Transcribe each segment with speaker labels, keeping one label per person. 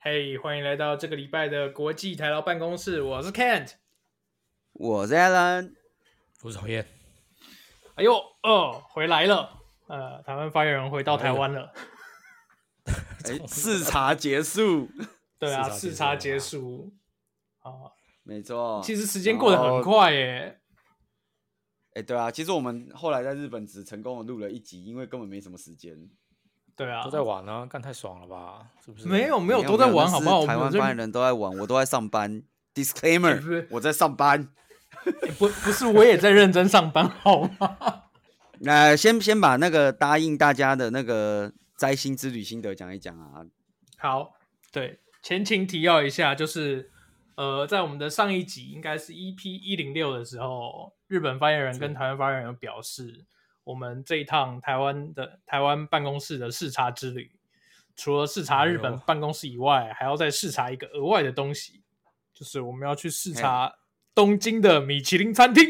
Speaker 1: 嘿欢迎来到这个礼拜的国际台劳办公室，我是 Kent。
Speaker 2: 我是 Alan，
Speaker 3: 我是讨厌，
Speaker 1: 哎呦，哦，回来了，呃，台湾发言人回到台湾了。
Speaker 2: 哎，视察结束，
Speaker 1: 对啊，视
Speaker 3: 视
Speaker 1: 察
Speaker 3: 察
Speaker 1: 结
Speaker 3: 结
Speaker 1: 束。啊，
Speaker 2: 没错。
Speaker 1: 其实时间过得
Speaker 2: 然
Speaker 1: 很
Speaker 2: 后，
Speaker 1: 快耶。
Speaker 2: 哎，对啊，其实我们后来在日本只成功的录了一集，因为根本没什么时间。
Speaker 1: 对啊
Speaker 3: 都，在玩啊，干太爽了吧？是不是？
Speaker 1: 没有没有
Speaker 2: 有
Speaker 1: 都在玩，
Speaker 2: 那
Speaker 1: 好
Speaker 2: 是
Speaker 1: 不好？我
Speaker 2: 台
Speaker 1: 们
Speaker 2: 湾
Speaker 1: 这
Speaker 2: 发言人都在玩，我都在上 班。
Speaker 1: 哎不
Speaker 2: Disclaimer，
Speaker 1: 是
Speaker 2: 我在上班。
Speaker 1: 哎不 不是我也在认真上班，好吗？
Speaker 2: 那呃先先把那个答应大家的那个摘星之旅心得讲一讲啊。
Speaker 1: 好，对，前情提要一下，就是呃，在我们的上一集，应该是 EP 一零六的时候，日本发言人跟台湾发言人表示，我们这一趟台湾的台湾办公室的视察之旅，除了视察日
Speaker 3: 哎
Speaker 1: 本
Speaker 3: 呦
Speaker 1: 办公室以外，还要再视察一个额外的东西，就是我们要去视
Speaker 3: 哎
Speaker 1: 察东京的米其林餐厅。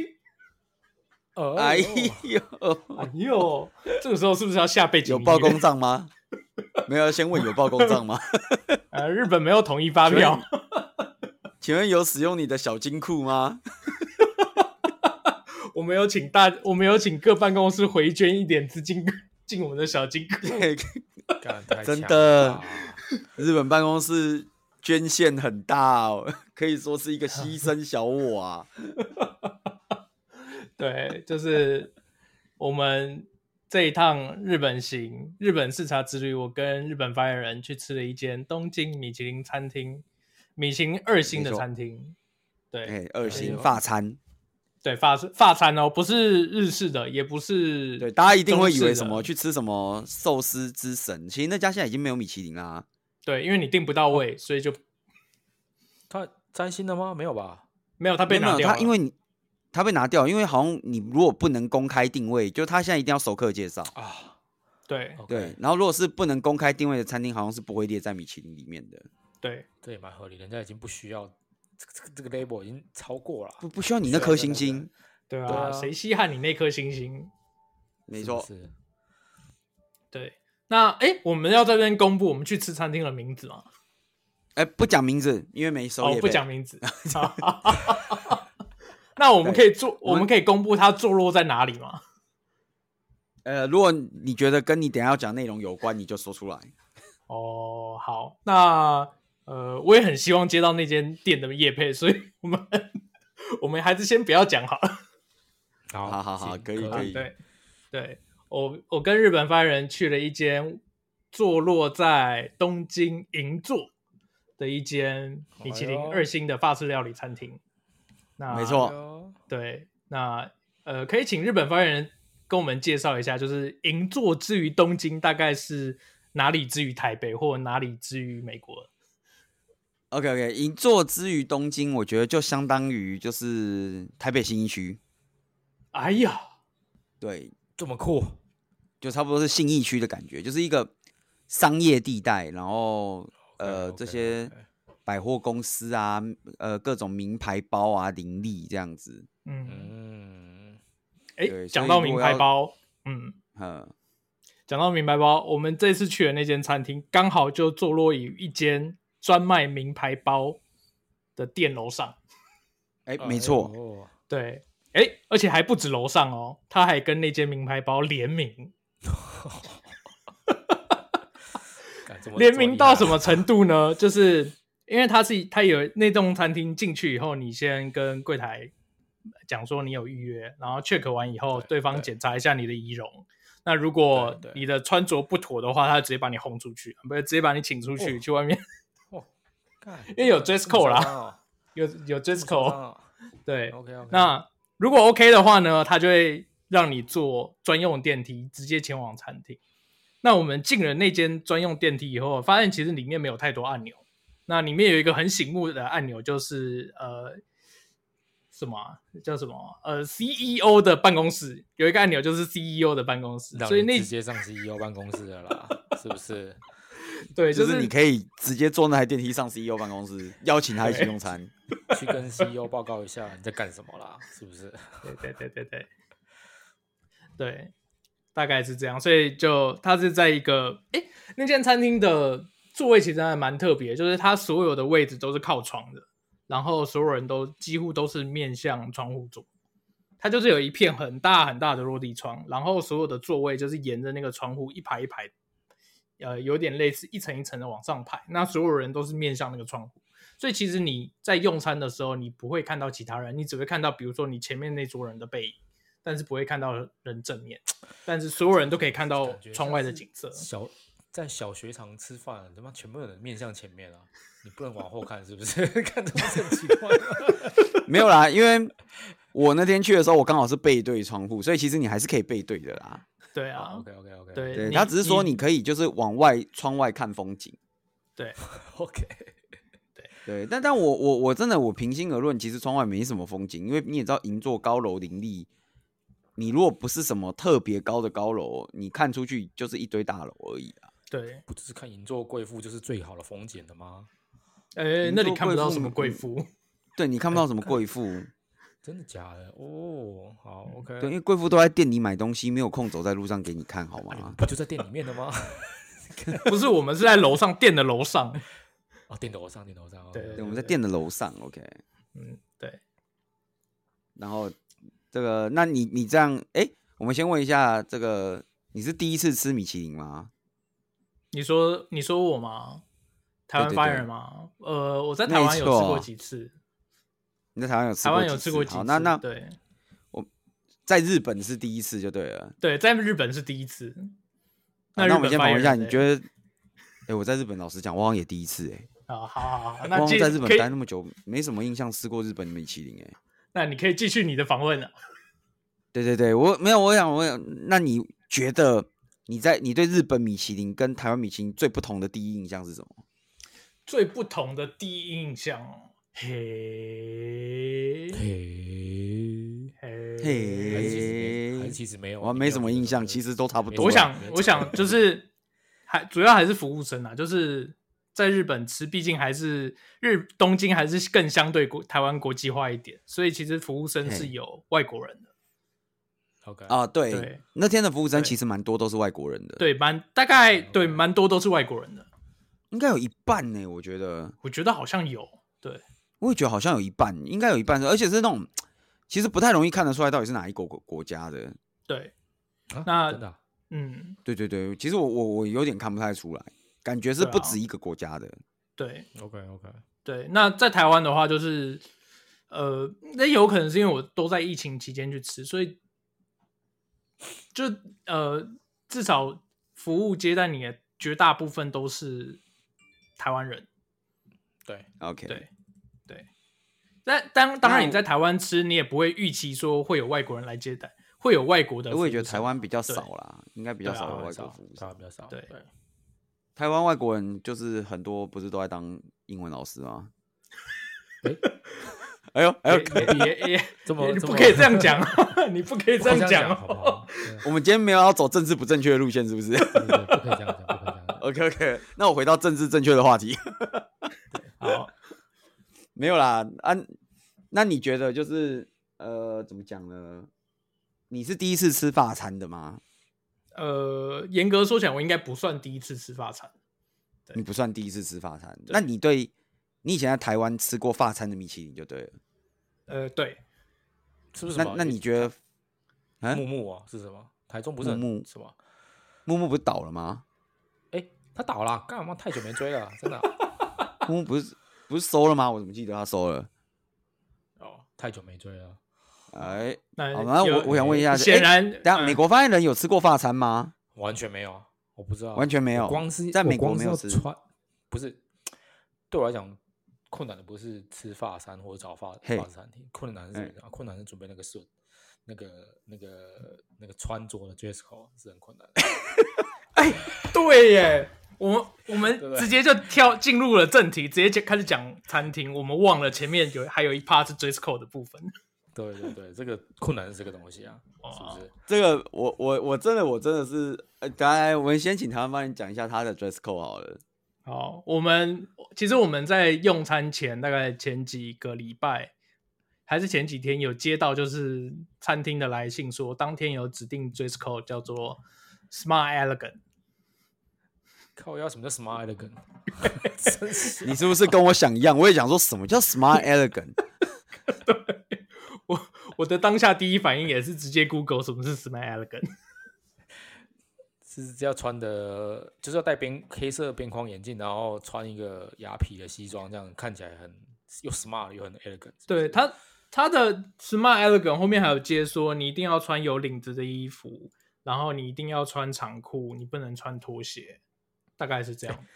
Speaker 3: 呃，
Speaker 1: 哦
Speaker 2: 哎
Speaker 3: 哎呦，
Speaker 2: 呦，
Speaker 1: 哎呦，这个时候是不是要下背景
Speaker 2: 有
Speaker 1: 音乐
Speaker 2: 报公？账吗？没有，先问有报公账吗？
Speaker 1: 呃，日本没有统一发票。
Speaker 2: 请问有使用你的小金库吗？
Speaker 1: 我们有请大，我们有请各办公室回捐一点资金 进我们的小金库。
Speaker 3: 干太强了吧
Speaker 2: 真的日本办公室捐献很大哦， 可以说是一个牺牲小我啊。
Speaker 1: 对，就是我们这一趟日本行、日本视察之旅，我跟日本发言人去吃了一间东京米其林餐厅，米其林二星的
Speaker 2: 没错
Speaker 1: 餐厅。对、
Speaker 2: 哎、二
Speaker 3: 哎
Speaker 2: 星
Speaker 3: 呦
Speaker 2: 发餐，
Speaker 1: 对，法法餐哦，不是日式的，也不是
Speaker 2: 对，大家一定会以为
Speaker 1: 中式
Speaker 2: 什
Speaker 1: 的
Speaker 2: 么去吃什么寿司之神，其实那家现在已经没有米其林啦、
Speaker 1: 对，因为你订不到位，所以就
Speaker 3: 他摘星了吗？没有吧？
Speaker 1: 没有他
Speaker 2: 没
Speaker 1: 被
Speaker 2: 有没
Speaker 1: 拿
Speaker 2: 有，
Speaker 1: 掉
Speaker 2: 他
Speaker 1: 了
Speaker 2: 因为你他被拿掉，因为好像你如果不能公开定位，就他现在一定要熟客介绍。
Speaker 3: 啊
Speaker 1: 对
Speaker 3: ，OK，
Speaker 2: 哎对，然后如果是不能公开定位的餐厅，好像是不会列在米其林里面的，
Speaker 1: 对
Speaker 3: 这也蛮合理，人家已经不需要这个这个这个 label 已经超过了，
Speaker 2: 不不需要你那颗星
Speaker 3: 不需要
Speaker 2: 星。
Speaker 1: 对
Speaker 3: 对
Speaker 1: 啊，
Speaker 3: 啊
Speaker 1: 谁稀罕你那颗星星？
Speaker 2: 没错，
Speaker 3: 是不是
Speaker 1: 对，那哎，我们要在这边公布我们去吃餐厅的名字吗？
Speaker 2: 哎、不讲名字，因为没收
Speaker 1: 哦
Speaker 2: 业，
Speaker 1: 不
Speaker 2: 配
Speaker 1: 讲名 字。那我们可以做，我们可以公布它坐落在哪里吗？
Speaker 2: 呃，如果你觉得跟你等一下要讲内容有关，你就说出来。
Speaker 1: 哦，好，那呃，我也很希望接到那间店的夜配，所以我们我们还是先不要讲好了。
Speaker 3: 好
Speaker 2: 好好好
Speaker 3: 行
Speaker 2: 可以可以
Speaker 1: 对，对我我跟日本发言人去了一间坐落在东京银座的一间米其林
Speaker 3: 哎呦
Speaker 1: 二星的法式料理餐厅。那
Speaker 2: 没错
Speaker 3: 哎呦
Speaker 1: 对，那呃，可以请日本发言人跟我们介绍一下，就是银座之于东京，大概是哪里之于台北，或哪里之于美国？
Speaker 2: OK OK，银座之于东京，我觉得就相当于就是台北新一区，
Speaker 1: 哎呀，
Speaker 2: 对，
Speaker 3: 这么酷，
Speaker 2: 就差不多是信义区的感觉，就是一个商业地带，然后呃
Speaker 3: OK，OK，OK
Speaker 2: 这些百货公司啊，呃各种名牌包啊林立这样子，
Speaker 1: 嗯，
Speaker 3: 嗯，
Speaker 1: 哎、
Speaker 2: 对
Speaker 1: 讲
Speaker 2: 所以
Speaker 1: 到
Speaker 2: 如
Speaker 1: 名
Speaker 2: 果
Speaker 1: 牌
Speaker 2: 要
Speaker 1: 包，嗯，
Speaker 2: 嗯，
Speaker 1: 讲到名牌包，我们这次去的那间餐厅，刚好就坐落于一间专卖名牌包的店楼上。
Speaker 2: 哎、没错，
Speaker 3: 哦，
Speaker 1: 对，哎、而且还不止楼上哦，他还跟那间名牌包联名，
Speaker 3: 干这么
Speaker 1: 联名到什？
Speaker 3: 这厉
Speaker 1: 么程度呢？ 就是因为它是它有那栋餐厅进去以后，你先跟柜台讲说你有预约，然后 check 完以后，
Speaker 3: 对
Speaker 1: 对方
Speaker 3: 对
Speaker 1: 检查一下你的仪容。那如果
Speaker 3: 对对
Speaker 1: 你的穿着不妥的话，他就直接把你轰出去，不是直接把你请出去、
Speaker 3: 哦
Speaker 1: 去外面，
Speaker 3: 害干
Speaker 1: 因为有 dress code 啦，有有
Speaker 3: 这
Speaker 1: dress
Speaker 3: 么夸
Speaker 1: code。
Speaker 3: 张哦
Speaker 1: 对
Speaker 3: 这么夸张哦，OK OK，
Speaker 1: 那如果 OK 的话呢，他就会让你坐专用电梯直接前往餐厅。那我们进了那间专用电梯以后，发现其实里面没有太多按钮。那里面有一个很醒目的按钮，就是呃，什么啊叫什么啊呃 CEO 的办公室有一个按钮，就是 CEO 的办公室。
Speaker 3: 让
Speaker 1: 所以
Speaker 3: 你
Speaker 1: 那
Speaker 3: 直接上 CEO 办公室了啦，是不是？
Speaker 1: 对
Speaker 2: 就
Speaker 1: 就是
Speaker 2: 你可以直接坐那台电梯上 CEO 办公室，邀请他一起
Speaker 1: 对
Speaker 2: 用餐。
Speaker 3: 去跟 CEO 报告一下你在干什么啦，是不是？
Speaker 1: 对对对对对，对，大概是这样。所以就它是在一个哎，诶那间餐厅的座位其实还蛮特别，就是它所有的位置都是靠窗的，然后所有人都几乎都是面向窗户坐。它就是有一片很大很大的落地窗，然后所有的座位就是沿着那个窗户一排一排，呃，有点类似一层一层的往上排。那所有人都是面向那个窗户，所以其实你在用餐的时候，你不会看到其他人，你只会看到比如说你前面那桌人的背影，但是不会看到人正面，但是所有人都可以看到
Speaker 3: 感觉
Speaker 1: 窗
Speaker 3: 像
Speaker 1: 外的
Speaker 3: 是
Speaker 1: 景色。
Speaker 3: 小在小学堂吃饭，他妈全部人面向前面啊，你不能往后看是不是？ 看这不是很奇 怪吗？
Speaker 2: 没有啦，因为我那天去的时候，我刚好是背对窗户，所以其实你还是可以背对的啦。
Speaker 1: 对啊
Speaker 3: OK OK OK，
Speaker 1: 对
Speaker 2: 对
Speaker 1: 你
Speaker 2: 他只是说你可以就是往外窗外看风景，
Speaker 1: 对，
Speaker 3: OK，
Speaker 2: 对，但但我我我真的我平心而论，其实窗外没什么风景，因为你也知道银座高楼林立，你如果不是什么特别高的高楼，你看出去就是一堆大楼而已啊。
Speaker 1: 对，
Speaker 3: 不就是看银座贵妇就是最好的风景了吗？
Speaker 1: 呃，
Speaker 2: 你
Speaker 1: 那里
Speaker 2: 做
Speaker 1: 看不
Speaker 2: 贵
Speaker 1: 到
Speaker 2: 妇嗯
Speaker 1: 什么
Speaker 2: 你
Speaker 1: 贵妇，
Speaker 2: 对你看不到什么 贵妇，
Speaker 3: 真的假的？哦，好
Speaker 2: 对，因
Speaker 3: OK，
Speaker 2: 为贵妇都在店里买东西，没有空走在路上给你看好吗？
Speaker 3: 不就在店里面的吗？
Speaker 1: 不是我们是在楼上店的楼上。
Speaker 3: 哦，店头上，店头上，
Speaker 1: 对
Speaker 2: 对，我们在店的楼上，OK。
Speaker 1: 嗯，对，
Speaker 2: 然后这个，那你你这样，哎，我们先问一下，这个你是第一次吃米其林吗？
Speaker 1: 你说你说我吗？台湾
Speaker 2: 对对
Speaker 1: 发
Speaker 2: 对
Speaker 1: 言人吗？呃，我在
Speaker 2: 没
Speaker 1: 台湾有吃过
Speaker 2: 错
Speaker 1: 几次，
Speaker 2: 你在台湾有吃
Speaker 1: 台
Speaker 2: 过
Speaker 1: 湾
Speaker 2: 几
Speaker 1: 有
Speaker 2: 次
Speaker 1: 吃过几次。
Speaker 2: 好，那那
Speaker 1: 对
Speaker 2: 在日本是第一次就对了。
Speaker 1: 对，在日本是第一次。
Speaker 2: 好
Speaker 1: 日
Speaker 2: 那
Speaker 1: 本
Speaker 2: 我们先
Speaker 1: 发
Speaker 2: 访
Speaker 1: 言
Speaker 2: 问一下，
Speaker 1: 人
Speaker 2: 你
Speaker 1: 嘞
Speaker 2: 觉得？哎、我在日本，老实讲，我好像也第一次哎、
Speaker 1: 啊，好好好，
Speaker 2: 我
Speaker 1: 那
Speaker 2: 好
Speaker 1: 继
Speaker 2: 像在日本
Speaker 1: 可以
Speaker 2: 待那么久，没什么印象吃过日本米其林哎、
Speaker 1: 那你可以继续你的访问了。
Speaker 2: 对对对，我没有，我想，我想，那你觉得你在你对日本米其林跟台湾米其林最不同的第一印象是什么？
Speaker 1: 最不同的第一印象哦，嘿，
Speaker 3: 嘿，
Speaker 1: 嘿，
Speaker 3: 还是其实
Speaker 2: 嘿
Speaker 3: 没，还是其实没有，
Speaker 2: 我没什么印象，其
Speaker 3: 实
Speaker 2: 实都差不多啦。
Speaker 1: 我想
Speaker 3: 没，错啊
Speaker 1: 我想就是还主要还是服务生啊，就是在日本吃，毕竟还是日东京还是更相对国台湾国际化一点，所以其实服务生是
Speaker 2: 嘿
Speaker 1: 有外国人的，
Speaker 3: OK
Speaker 2: 啊，对，
Speaker 1: 呃对
Speaker 2: 那天的服务生
Speaker 1: 对
Speaker 2: 其实蛮多都是外国人的，，
Speaker 1: 对，蛮大概对蛮多都是外国人的，
Speaker 2: 应该有一半呢、我觉得，
Speaker 1: 我觉得好像有，对
Speaker 2: 我也觉得好像有一半，应该有一半是，而且是那种其实不太容易看得出来到底是哪一国国国家的。
Speaker 1: 对，
Speaker 3: 啊
Speaker 1: 那
Speaker 3: 真的啊
Speaker 1: 嗯
Speaker 2: 对对对，其实我我我有点看不太出来，感觉是
Speaker 1: 对啊
Speaker 2: 不止一个国家的。
Speaker 1: 对，
Speaker 3: OK OK，
Speaker 1: 对，那在台湾的话，就是呃，那有可能是因为我都在疫情期间去吃，所以就呃，至少服务接待你的绝大部分都是台湾人。
Speaker 3: 对，
Speaker 2: OK，
Speaker 1: 对对，但当当然
Speaker 2: 那
Speaker 1: 你在台湾吃，你也不会预期说会有外国人来接待，会有外国的
Speaker 2: 哎
Speaker 1: 服务生。
Speaker 2: 我也觉得台湾比较
Speaker 1: 对
Speaker 2: 少啦，应该比较
Speaker 1: 对啊
Speaker 2: 少有
Speaker 1: 很
Speaker 2: 外
Speaker 3: 少
Speaker 2: 国服务
Speaker 3: 台
Speaker 2: 生。
Speaker 3: 湾比较少，
Speaker 1: 对
Speaker 2: 台湾外国人就是很多不是都在当英文老师吗？
Speaker 3: 哎
Speaker 2: 哎呦哎呦，
Speaker 1: 也也 也
Speaker 3: 这么
Speaker 1: 也你
Speaker 3: 这
Speaker 1: 不
Speaker 3: 么
Speaker 1: 可以这 样讲， 你不可以
Speaker 3: 不
Speaker 1: 这
Speaker 3: 可以
Speaker 1: 样
Speaker 3: 讲好不
Speaker 1: 哦。
Speaker 3: 好？对
Speaker 2: 我们今天没有要走政治不正确的路线，是不是
Speaker 3: 对对对不可以这样讲，不可以这样讲。
Speaker 2: ？OK OK，那我回到政治正确的话题。
Speaker 1: 好，
Speaker 2: 没有啦，啊，那你觉得就是呃，怎么讲呢？你是第一次吃法餐的吗？
Speaker 1: 呃，严格说起来，我应该不算第一次吃法餐。对
Speaker 2: 你不算第一次吃法餐，那你对你以前在台湾吃过法餐的米其林就对了。
Speaker 1: 呃，对，
Speaker 3: 是不是什
Speaker 2: 那
Speaker 3: 么？
Speaker 2: 那你觉得啊
Speaker 3: 木木啊是什么？台中不是很
Speaker 2: 木木
Speaker 3: 什么？
Speaker 2: 木木不是倒了 吗？
Speaker 3: 哎，他倒了，干嘛？太久没追了， 真的啊
Speaker 2: 木木不是不是收了吗？我怎么记得他收了？
Speaker 3: 哦，太久没追了。
Speaker 2: 哎，
Speaker 1: 那
Speaker 2: 好，那
Speaker 1: 有
Speaker 2: 我我想问一下是，
Speaker 1: 显
Speaker 2: 哎
Speaker 1: 然，
Speaker 2: 等下
Speaker 1: 嗯
Speaker 2: 美国发言人有吃过法餐吗？
Speaker 3: 完全没有啊，我不知道，
Speaker 2: 完全没有
Speaker 3: 我光是
Speaker 2: 在美
Speaker 3: 我
Speaker 2: 国
Speaker 3: 光
Speaker 2: 没
Speaker 3: 是
Speaker 2: 有
Speaker 3: 要
Speaker 2: 吃
Speaker 3: 穿，不是对我来讲困难的不是吃发餐或者找发
Speaker 2: 嘿嗯
Speaker 3: 发餐厅，困难是什么
Speaker 2: 嘿
Speaker 3: 你知道吗？困难是准备那个顺，那个那个那个穿着的 dress code 是很困难的。
Speaker 1: 对耶，我们我们
Speaker 3: 对不对
Speaker 1: 直接就跳进入了正题，直接就开始讲餐厅，我们忘了前面有还有一 part 是 dress code 的部分。
Speaker 3: 对对对，这个困难是这个东西啊，是
Speaker 1: 哦
Speaker 3: 不是？
Speaker 2: 这个我我我真的我真的是，呃，当然我们先请台湾帮你讲一下他的 dress code 好了。
Speaker 1: 好，我们其实我们在用餐前大概前几个礼拜，还是前几天有接到就是餐厅的来信说，当天有指定 dress code 叫做 smart elegant。
Speaker 3: 靠，要什么叫 smart elegant？真是啊
Speaker 2: 你是不是跟我想一样？我也想说什么叫 smart elegant？
Speaker 1: 我我的当下第一反应也是直接 Google 什么是 Smart Elegant，
Speaker 3: 是要穿的，就是要戴边黑色边框眼镜，然后穿一个雅痞的西装，这样看起来很又 smart 又很 elegant。
Speaker 1: 对它它的 Smart Elegant 后面还有接说，你一定要穿有领子的衣服，然后你一定要穿长裤，你不能穿拖鞋，大概是这 样。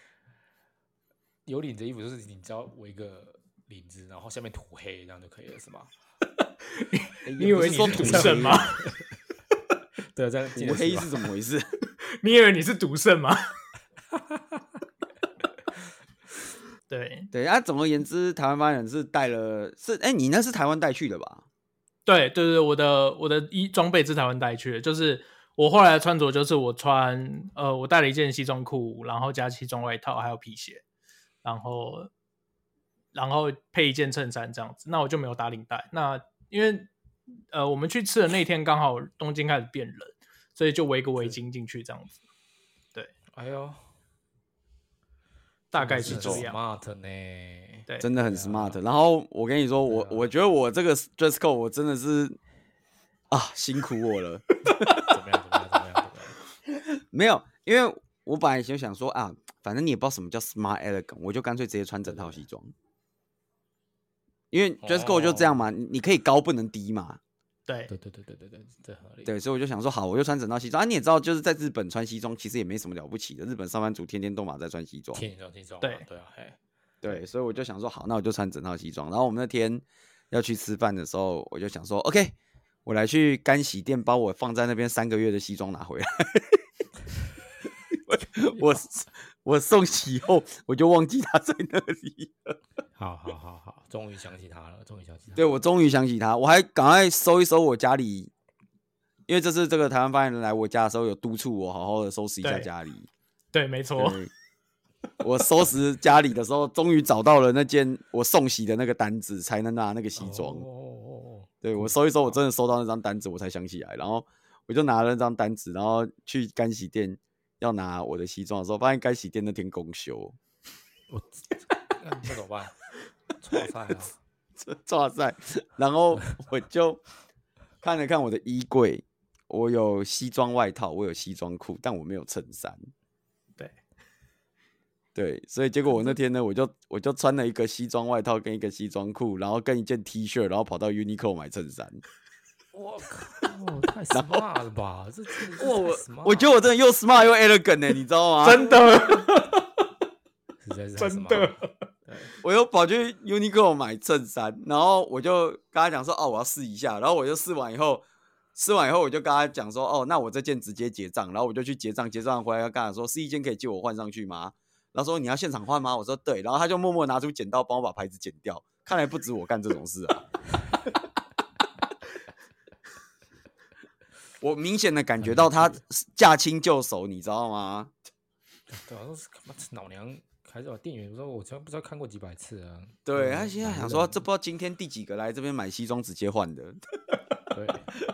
Speaker 3: 有领子的衣服就是你只要围个领子，然后下面涂黑，这样就可以了，是吗？
Speaker 1: 你以为你
Speaker 2: 也不
Speaker 1: 是赌
Speaker 2: 是说
Speaker 1: 圣 吗？
Speaker 3: 对，这样记
Speaker 2: 涂
Speaker 3: 得
Speaker 2: 黑
Speaker 3: 吧
Speaker 2: 是怎么回事？
Speaker 1: 你以为你是赌圣吗？ 对
Speaker 2: 对啊，总而言之，台湾发展是带了是哎、你那是台湾带去的吧？
Speaker 1: 对对对，我的我的衣装备是台湾带去的，就是我后来的穿着就是我穿呃，我带了一件西装裤，然后加西装外套，还有皮鞋，然后然后配一件衬衫这样子。那我就没有打领带，那因为呃我们去吃的那天刚好东京开始变冷，所以就围个围巾进去这样子，
Speaker 3: 哎呦，
Speaker 1: 大概是这
Speaker 3: 真的
Speaker 1: 样。
Speaker 3: smart 呢。
Speaker 1: 对，
Speaker 2: 真的很 smart。然后我跟你说，我我觉得我这个 dress code 我真的是啊辛苦我了。
Speaker 3: 怎么样？怎么样？怎么样？怎么样？
Speaker 2: 没有，因为我本来就想说啊，反正你也不知道什么叫 smart elegant，我就干脆直接穿整套西装。因为 dress code 就这样嘛，你你可以高不能低嘛，
Speaker 1: 对
Speaker 3: 对对对对对对，这合理。
Speaker 2: 对，所以我就想说，好，我就穿整套西装啊。你也知道，就是在日本穿西装其实也没什么了不起的，日本上班族天天都嘛在穿西装，
Speaker 3: 听懂听懂啊。
Speaker 1: 对
Speaker 3: 对啊，嘿，
Speaker 2: 对，所以我就想说，好，那我就穿整套西装。然后我们那天要去吃饭的时候，我就想说，OK，我来去干洗店把我放在那边三个月的西装拿回来。我我我送洗后，我就忘记它在那里。
Speaker 3: 好好好好，终于想起他了，终于想起他。
Speaker 2: 对，我终于想起它，我还赶快收一收我家里，因为这次这个台湾发言人来我家的时候，有督促我好好的收拾一下
Speaker 1: 对
Speaker 2: 家里。
Speaker 1: 对，没错，
Speaker 2: 对嗯我收拾家里的时候，终于找到了那件我送洗的那个单子，才能拿那个西装。
Speaker 3: 哦哦哦
Speaker 2: 对我收一收，我真的收到那张单子，我才想起来，然后我就拿了那张单子，然后去干洗店要拿我的西装的时候，发现干洗店那天公休，
Speaker 3: 哦，那那怎么办？错赛啊！
Speaker 2: 哇塞！然后我就看了看我的衣柜，我有西装外套，我有西装裤，但我没有衬衫。
Speaker 1: 对
Speaker 2: 对，所以结果我那天呢，我就我就穿了一个西装外套跟一个西装裤，然后跟一件 T 恤，然后跑到 Uniqlo 买衬衫。
Speaker 3: 我靠，太 smart 了吧！这真的是啊
Speaker 2: 我
Speaker 3: 太 smart
Speaker 2: 我觉得我真的又 smart 又 elegant 呢、你知道吗？
Speaker 1: 真的
Speaker 3: 实在是太
Speaker 1: 真
Speaker 3: smart
Speaker 1: 的
Speaker 3: 了。。
Speaker 2: 我又跑去 Uniqlo 买衬衫，然后我就跟他讲说，哦，我要试一下，然后我就试完以后，试完以后我就跟他讲说，哦，那我这件直接结账，然后我就去结账，结账回来跟他讲说，试衣间可以借我换上去吗？然后说你要现场换吗？我说对，然后他就默默拿出剪刀帮我把牌子剪掉，看来不止我干这种事啊。 我明显的感觉到他驾轻就熟，你知道吗？
Speaker 3: 对啊，那是他妈老娘还是把店员我说我真不知道看过几百次啊。
Speaker 2: 对
Speaker 3: 嗯
Speaker 2: 他现在
Speaker 3: 懒
Speaker 2: 想
Speaker 3: 得
Speaker 2: 说，
Speaker 3: 忍
Speaker 2: 这不知道今天第几个来这边买西装直接换的，
Speaker 3: 对，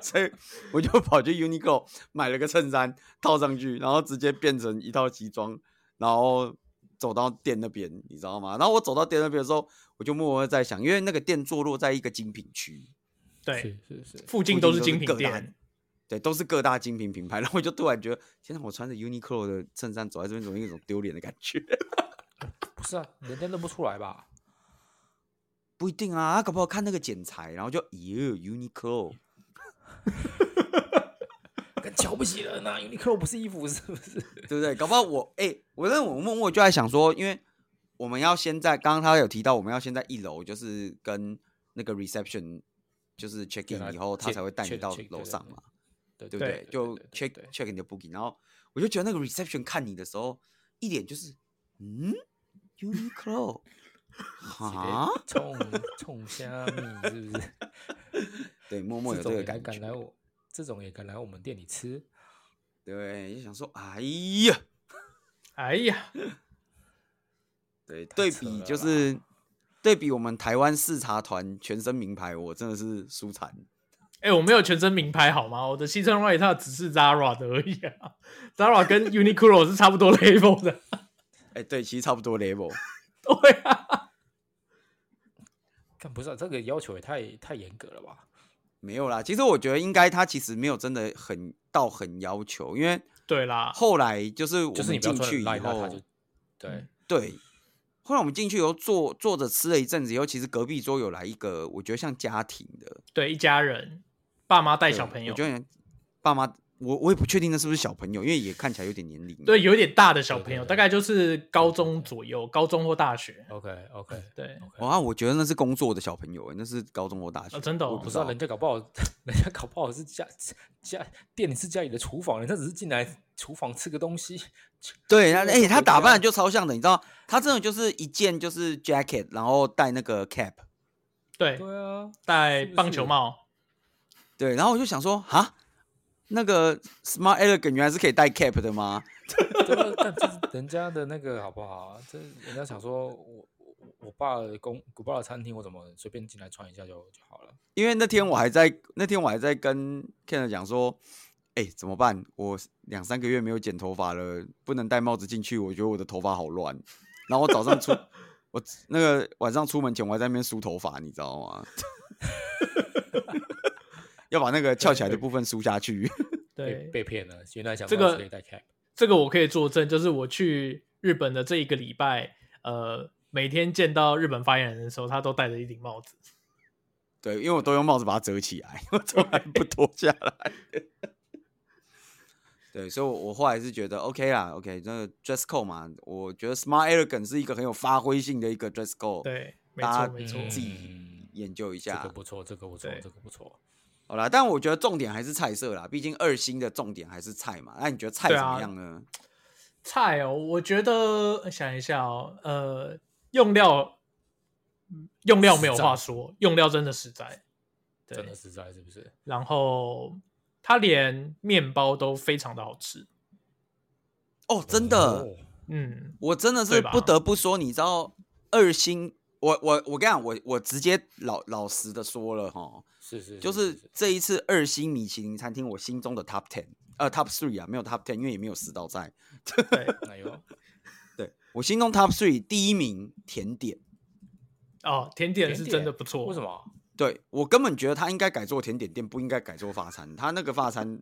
Speaker 2: 所以我就跑去 Uniqlo 买了个衬衫套上去，然后直接变成一套西装，然后走到店那边，你知道吗？然后我走到店那边的时候，我就默默地在想，因为那个店坐落在一个精品区，
Speaker 1: 对，
Speaker 3: 是是是，
Speaker 1: 附近都是
Speaker 2: 附
Speaker 1: 精
Speaker 2: 近都
Speaker 1: 品
Speaker 2: 各大
Speaker 1: 店，，
Speaker 2: 对，都是各大精品品牌。然后我就突然觉得，天哪，我穿着 Uniqlo 的衬衫走在这边，怎么有一种丢脸的感觉？
Speaker 3: 不是啊？人家认不出来吧？
Speaker 2: 不一定啊，他搞不好看那个剪裁，然后就咦 Uniqlo。
Speaker 3: 跟瞧不起人啊！Uniqlo 不是衣服是不是？
Speaker 2: 对不对？搞不好我哎、我那我默默就在想说，因为我们要先在刚刚他有提到，我们要先在一楼，就是跟那个 reception 就是 check
Speaker 3: 对啊
Speaker 2: in 以后，他
Speaker 3: ，check-
Speaker 2: 才会带你
Speaker 3: check-
Speaker 2: 到
Speaker 3: check，对
Speaker 2: 楼
Speaker 3: 对
Speaker 2: 上
Speaker 3: 对
Speaker 2: 嘛，
Speaker 3: 对
Speaker 2: 对不对？就 check
Speaker 3: 对
Speaker 2: check 你的 booking，然后我就觉得那个 reception 看你的时候，一脸就是嗯，Uniqlo 啊，
Speaker 3: 直接冲冲虾米是不是？
Speaker 2: 对， 默默
Speaker 3: 这
Speaker 2: 有这
Speaker 3: 种
Speaker 2: 个
Speaker 3: 也
Speaker 2: 感
Speaker 3: 敢来
Speaker 2: 觉，
Speaker 3: 我，这种也敢来我们店里吃？
Speaker 2: 对，就想说，哎呀，
Speaker 1: 哎呀，
Speaker 2: 对，对
Speaker 3: 太扯
Speaker 2: 比
Speaker 3: 了
Speaker 2: 就
Speaker 3: 啦
Speaker 2: 是对比我们台湾视察团全身名牌，我真的是舒惨。
Speaker 1: 哎、我没有全身名牌好吗？我的西装外套只是 Zara 的而已啊，Zara 跟 Uniqlo 是差不多 level 的。
Speaker 2: 哎、对，其实差不多 level。
Speaker 1: 对啊，
Speaker 3: 看不是、啊、这个要求也太太严格了吧？
Speaker 2: 没有啦，其实我觉得应该他其实没有真的很到很要求，因为
Speaker 1: 对啦，
Speaker 2: 后来就是我
Speaker 3: 就是你
Speaker 2: 们
Speaker 3: 不要
Speaker 2: 进
Speaker 3: 穿
Speaker 2: 去
Speaker 3: 很
Speaker 2: 以
Speaker 3: 邋遢，
Speaker 2: 后，嗯
Speaker 3: 他就对
Speaker 2: 对，后来我们进去以后坐坐着吃了一阵子以后，其实隔壁桌有来一个，我觉得像家庭的
Speaker 1: 对，一家人，爸妈带
Speaker 2: 对
Speaker 1: 小
Speaker 3: 啊
Speaker 1: 朋友
Speaker 2: 我，觉得爸妈，我我也不确定那是不是小朋友，因为也看起来有点年龄。
Speaker 1: 对，，有一点大的小朋友，
Speaker 3: 对对对
Speaker 1: 大概就是高中左右，高中或大学。
Speaker 3: ，OK OK，
Speaker 1: 对，
Speaker 2: 哇、啊，我觉得那是工作的小朋友，欸那是高中或大学，
Speaker 1: 哦真的哦
Speaker 2: 我也
Speaker 3: 不
Speaker 2: 不
Speaker 3: 知道人家搞不好， 人家搞不好是家家店里是家里的厨房，人家只是进来厨房吃个东西，
Speaker 2: 对，他
Speaker 3: 那
Speaker 2: 哎、
Speaker 3: 个
Speaker 2: 他
Speaker 3: 回
Speaker 2: 打
Speaker 3: 家
Speaker 2: 扮得就超像的，你知道，他真的就是一件就是 jacket，然后戴那个 cap，
Speaker 1: 对，
Speaker 3: 对啊，
Speaker 1: 戴
Speaker 3: 是不是
Speaker 1: 棒球帽，
Speaker 2: 对，然后我就想说，哈，那个 smart elegant 原来是可以戴 cap 的吗？
Speaker 3: 对啊，但这是人家的那个好不好？这人家想说我我我爸的公我爸的餐厅，我怎么随便进来穿一下就就好了？
Speaker 2: 因为那天我还在那天我还在跟 Ken 讲说，哎、怎么办？我两三个月没有剪头发了，不能戴帽子进去，我觉得我的头发好乱。然后我早上出我那个晚上出门前，我还在那边梳头发，你知道吗？ 要把那个翘起来的部分梳下去。
Speaker 3: 被
Speaker 1: 对，
Speaker 3: 被骗了，原来想
Speaker 1: 这
Speaker 3: 到
Speaker 1: 个
Speaker 3: 是可以戴 cap，
Speaker 1: 这个我可以作证，就是我去日本的这一个礼拜，呃，每天见到日本发言人的时候，他都戴着一顶帽子。
Speaker 2: 对，因为我都用帽子把它遮起来，我从来不脱下来。 对，所以我，我后来是觉得 OK 啦，OK，这个 dress code 嘛，我觉得 smart elegant 是一个很有发挥性的一个 dress code。，
Speaker 1: 对，没错
Speaker 2: 大家
Speaker 1: 没错，
Speaker 2: 自己
Speaker 3: 哦嗯
Speaker 2: 研究一
Speaker 3: 这
Speaker 2: 下
Speaker 3: 个。不错，这个不错，
Speaker 1: 对
Speaker 3: 这个不错。
Speaker 2: 好啦，但我觉得重点还是菜色啦，毕竟二星的重点还是菜嘛。那你觉得菜
Speaker 1: 对
Speaker 2: 怎
Speaker 1: 啊
Speaker 2: 么样呢？
Speaker 1: 菜哦，我觉得想一下哦，呃，用料嗯用料没有话说，用料真的实在，对
Speaker 3: 真。的实在是不是？
Speaker 1: 然后它连面包都非常的好吃，
Speaker 2: 哦，真的，
Speaker 3: 哦
Speaker 1: 嗯，
Speaker 2: 我真的是
Speaker 1: 对吧
Speaker 2: 不得不说，你知道二星，我我我跟你讲，我我直接老老实的说了哈，
Speaker 3: 是是，
Speaker 2: 就是这一次二星米其林餐厅，我心中的 top ten，呃 top three 啊，没有 top ten，因为也没有十道菜。
Speaker 1: 对
Speaker 3: 哎呦，
Speaker 2: 对我心中 top three 第一名甜点，
Speaker 1: 哦，甜点是
Speaker 3: 甜点
Speaker 1: 真的不错，
Speaker 3: 为什？么？
Speaker 2: 对我根本觉得他应该改做甜点店，不应该改做法餐。他那个法餐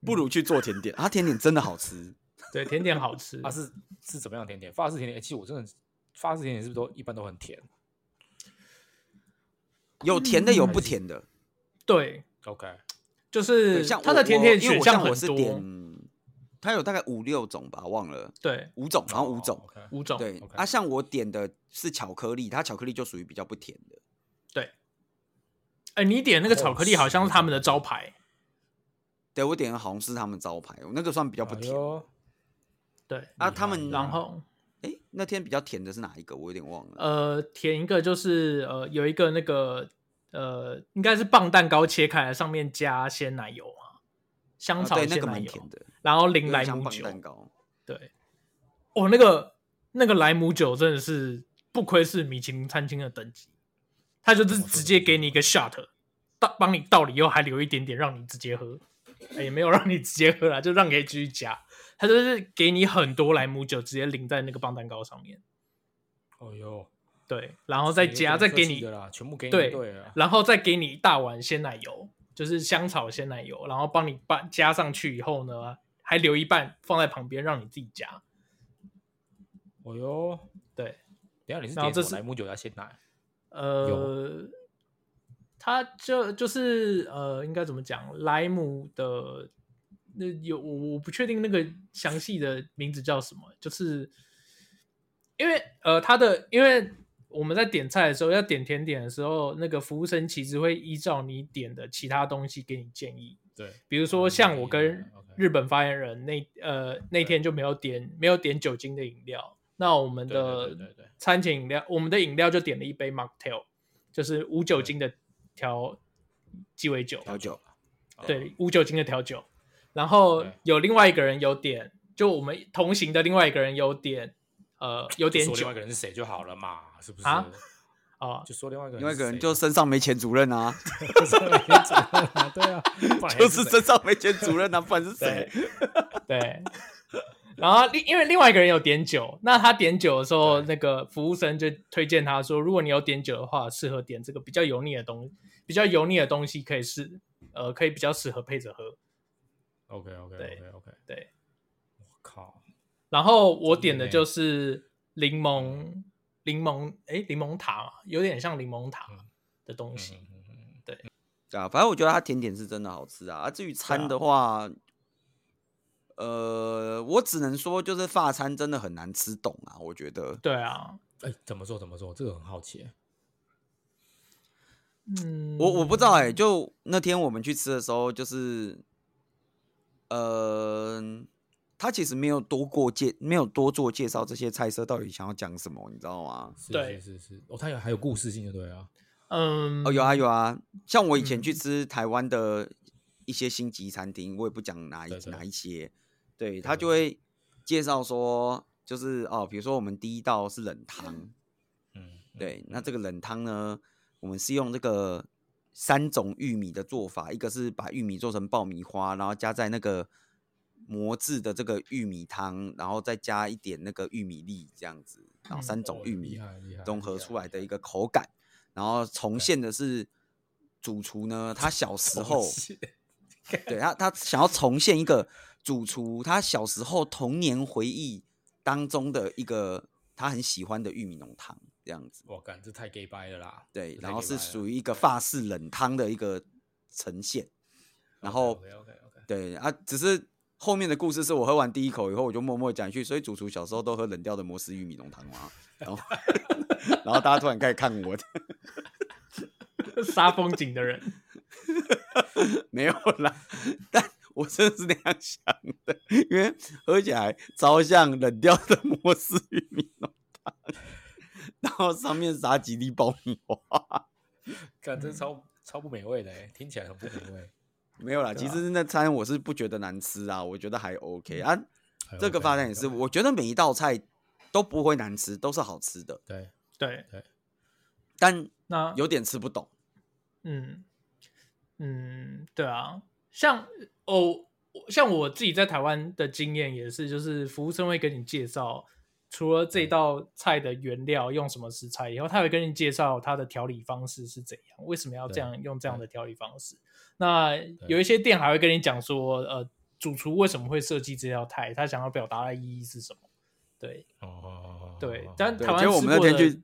Speaker 2: 不如去做甜点，他甜点真的好吃。
Speaker 1: 对，甜点好 吃，
Speaker 2: 啊
Speaker 3: 它啊是是怎么样的甜点？法式甜点，哎其实我真的法式甜点是不是都一般都很甜
Speaker 2: 有甜的，有不甜的。
Speaker 1: 对，
Speaker 3: ？OK，
Speaker 1: 就
Speaker 2: 对
Speaker 1: 是
Speaker 2: 像
Speaker 1: 它
Speaker 2: 我
Speaker 1: 嗯的甜点
Speaker 2: 我因为
Speaker 1: 选
Speaker 2: 我
Speaker 1: 项
Speaker 2: 像
Speaker 1: 很
Speaker 2: 我是
Speaker 1: 多，
Speaker 2: 点，他有大概五六种吧，忘了
Speaker 1: 对，
Speaker 2: 五种，好像五种
Speaker 3: 哦。，OK
Speaker 1: 五种，
Speaker 2: 对
Speaker 3: OK
Speaker 2: 啊，像我点的是巧克力，它巧克力就属于比较不甜的。
Speaker 1: 对。哎，你点那个
Speaker 3: 哦
Speaker 1: 巧克力好像是他们的招牌，
Speaker 2: 对我点的好像是他们招牌，那个算比较不甜
Speaker 3: 哎。呦
Speaker 1: 对，
Speaker 2: 啊，
Speaker 3: 厉
Speaker 2: 他
Speaker 3: 害
Speaker 2: 们
Speaker 1: 然后
Speaker 2: 哎、那天比较甜的是哪一个？我有点忘了。
Speaker 1: 呃，填一个就是呃，有一个那个呃，应该是棒蛋糕切开来，上面加鲜奶油嘛，香
Speaker 2: 啊
Speaker 1: 草
Speaker 2: 对，那
Speaker 1: 鲜
Speaker 2: 个
Speaker 1: 奶
Speaker 2: 蛮
Speaker 1: 油，
Speaker 2: 甜的，
Speaker 1: 然后
Speaker 2: 有
Speaker 1: 淋
Speaker 2: 点
Speaker 1: 莱
Speaker 2: 像
Speaker 1: 姆
Speaker 2: 棒
Speaker 1: 酒，
Speaker 2: 蛋糕。
Speaker 1: 对，哦，那个那个莱姆酒真的是不愧是米其林餐厅的等级，它就是直接给你一个 shot，倒帮你倒了以后还留一点点让你直接喝，哎也没有让你直接喝啦，就让你可以继续加，它就是给你很多莱姆酒直接淋在那个棒蛋糕上面，
Speaker 3: 哦呦，
Speaker 1: 对，然后再加再给
Speaker 3: 一
Speaker 1: 你
Speaker 3: 个啦，全部给你
Speaker 1: 对
Speaker 3: 对啊了，
Speaker 1: 然后再给你一大碗鲜奶油，就是香草鲜奶油，然后帮你拌加上去以后呢，还留一半放在旁边让你自己加。
Speaker 3: 哦呦，
Speaker 1: 对，
Speaker 3: 等一下你是
Speaker 1: 然后
Speaker 3: 点
Speaker 1: 这
Speaker 3: 什
Speaker 1: 是
Speaker 3: 么莱姆酒加鲜奶？
Speaker 1: 呃，它就就是呃，应该怎么讲？莱姆的那有我我不确定那个详细的名字叫什么，就是因为呃，它的因为。我们在点菜的时候，要点甜点的时候，那个服务生其实会依照你点的其他东西给你建议。
Speaker 3: 对，
Speaker 1: 比如
Speaker 3: 哦
Speaker 1: 说像我跟日本发言人那呃那天就没有点没有点酒精的饮料，那我们
Speaker 3: 对
Speaker 1: 的
Speaker 3: 对对对对
Speaker 1: 餐前饮料，我们的饮料就点了一杯 mocktail，就是无酒精的调鸡尾酒，
Speaker 3: 啊
Speaker 2: 调酒，
Speaker 3: 哦
Speaker 1: 对，无酒精的调酒。然后
Speaker 3: 对
Speaker 1: 有另外一个人有点，就我们同行的另外一个人有点，呃，有
Speaker 3: 就
Speaker 1: 点
Speaker 3: 说另
Speaker 1: 酒
Speaker 3: 外一个人是谁就好了嘛，是不是？
Speaker 1: 啊啊，
Speaker 3: 就说另外一个人
Speaker 2: 另外一个人
Speaker 3: 谁
Speaker 2: 就身上没钱主任啊，
Speaker 3: 不是没主任啊对啊，不然
Speaker 2: 就是
Speaker 3: 谁
Speaker 2: 身上没钱主任啊，不然是谁
Speaker 1: 对？对。然后另因为另外一个人有点酒，那他点酒的时候，那个服务生就推荐他说，如果你有点酒的话，适合点这个比较油腻的东，比较油腻的东西可以是呃，可以比较适合配着喝。
Speaker 3: OK OK OK OK，
Speaker 1: 对，
Speaker 3: 我靠，
Speaker 1: 然后我点的
Speaker 3: 真的耶
Speaker 1: 就是柠檬柠檬诶，柠檬塔嘛，有点像柠檬塔的东西。
Speaker 3: 嗯嗯嗯
Speaker 2: 对啊，反正我觉得它甜点是真的好吃啊。啊至于
Speaker 1: 对啊
Speaker 2: 餐的话，呃，我只能说就是法餐真的很难吃懂啊，我觉得。
Speaker 1: 对啊，
Speaker 3: 哎，怎么做怎么做？这个很好奇耶。
Speaker 1: 嗯，
Speaker 2: 我我不知道哎、就那天我们去吃的时候，就是，呃，他其实没有多过介，没有多做介绍这些菜色到底想要讲什么，你知道吗？
Speaker 3: 是
Speaker 1: 对
Speaker 3: 是是是，哦，它有还有故事性的，对啊，
Speaker 1: 嗯，
Speaker 2: 哦，有啊有啊，像我以前去
Speaker 1: 嗯
Speaker 2: 吃台湾的一些星级餐厅，我也不讲哪一
Speaker 3: 对对
Speaker 2: 哪一些，对他就会介绍说，就是哦，比如说我们第一道是冷汤，
Speaker 3: 嗯，嗯
Speaker 2: 对，那这个冷汤呢，我们是用这个三种玉米的做法，一个是把玉米做成爆米花，然后加在那个磨制的这个玉米汤，然后再加一点那个玉米粒这样子，然后
Speaker 1: 嗯
Speaker 2: 三种
Speaker 3: 哦
Speaker 2: 玉
Speaker 3: 厉
Speaker 2: 米
Speaker 3: 害厉害
Speaker 2: 综
Speaker 3: 厉
Speaker 2: 合
Speaker 3: 害
Speaker 2: 出来的
Speaker 3: 厉
Speaker 2: 一个口感，然后重现的是主厨呢，他小
Speaker 3: 哦
Speaker 2: 时 候
Speaker 3: 东西
Speaker 2: 对他他想要重现一个主厨他小时候童年回忆当中的一个他很喜欢的玉米浓汤这样子。
Speaker 3: 我干，这太 gay 掰了啦！
Speaker 2: 对，
Speaker 3: 这
Speaker 2: 然
Speaker 3: 太
Speaker 2: 后
Speaker 3: gay
Speaker 2: 是
Speaker 3: 掰了
Speaker 2: 属于一个法式冷汤的一个呈现，然后
Speaker 3: OK OK OK，
Speaker 2: 对啊，只是后面的故事是我喝完第一口以后，我就默默讲一句，所以主厨小时候都喝冷掉的摩斯玉米浓汤嘛，然后 然后大家突然开始看我，
Speaker 1: 杀风景的人，
Speaker 2: 没有啦，但我真的是那样想的，因为喝起来超像冷掉的摩斯玉米浓汤，然后上面撒几粒爆米花。
Speaker 3: 干这超
Speaker 2: 嗯
Speaker 3: 超不美味的欸，听起来很不美味。
Speaker 2: 没有啦，
Speaker 1: 对
Speaker 2: 其
Speaker 1: 啊嗯
Speaker 2: 实那餐我是不觉得难吃啊，我觉得还 OK 啊。
Speaker 3: 还
Speaker 2: 这个
Speaker 3: OK，
Speaker 2: 发展也
Speaker 3: 对
Speaker 2: 是，我觉得每一道菜都不会难吃，都是好吃的，
Speaker 3: 对，
Speaker 1: 对，
Speaker 2: 但
Speaker 1: 那
Speaker 2: 有点吃不懂。
Speaker 1: 嗯嗯，对啊，像哦，像我自己在台湾的经验也是，就是服务生会跟你介绍，除了
Speaker 2: 嗯
Speaker 1: 这道菜的原料用什么食材以后，他会跟你介绍它的调理方式是怎样，为什么要这
Speaker 3: 对
Speaker 1: 样用这样的调理方式。那有一些店还会跟你讲说，呃，主厨为什么会设计这道菜，他想要表达的意义是什么？对
Speaker 3: 哦哦哦，哦
Speaker 1: 对
Speaker 3: 哦，
Speaker 1: 但
Speaker 2: 对
Speaker 1: 台湾
Speaker 2: 结果我
Speaker 1: 吃
Speaker 2: 们那
Speaker 1: 过
Speaker 2: 天
Speaker 1: 的
Speaker 2: 去，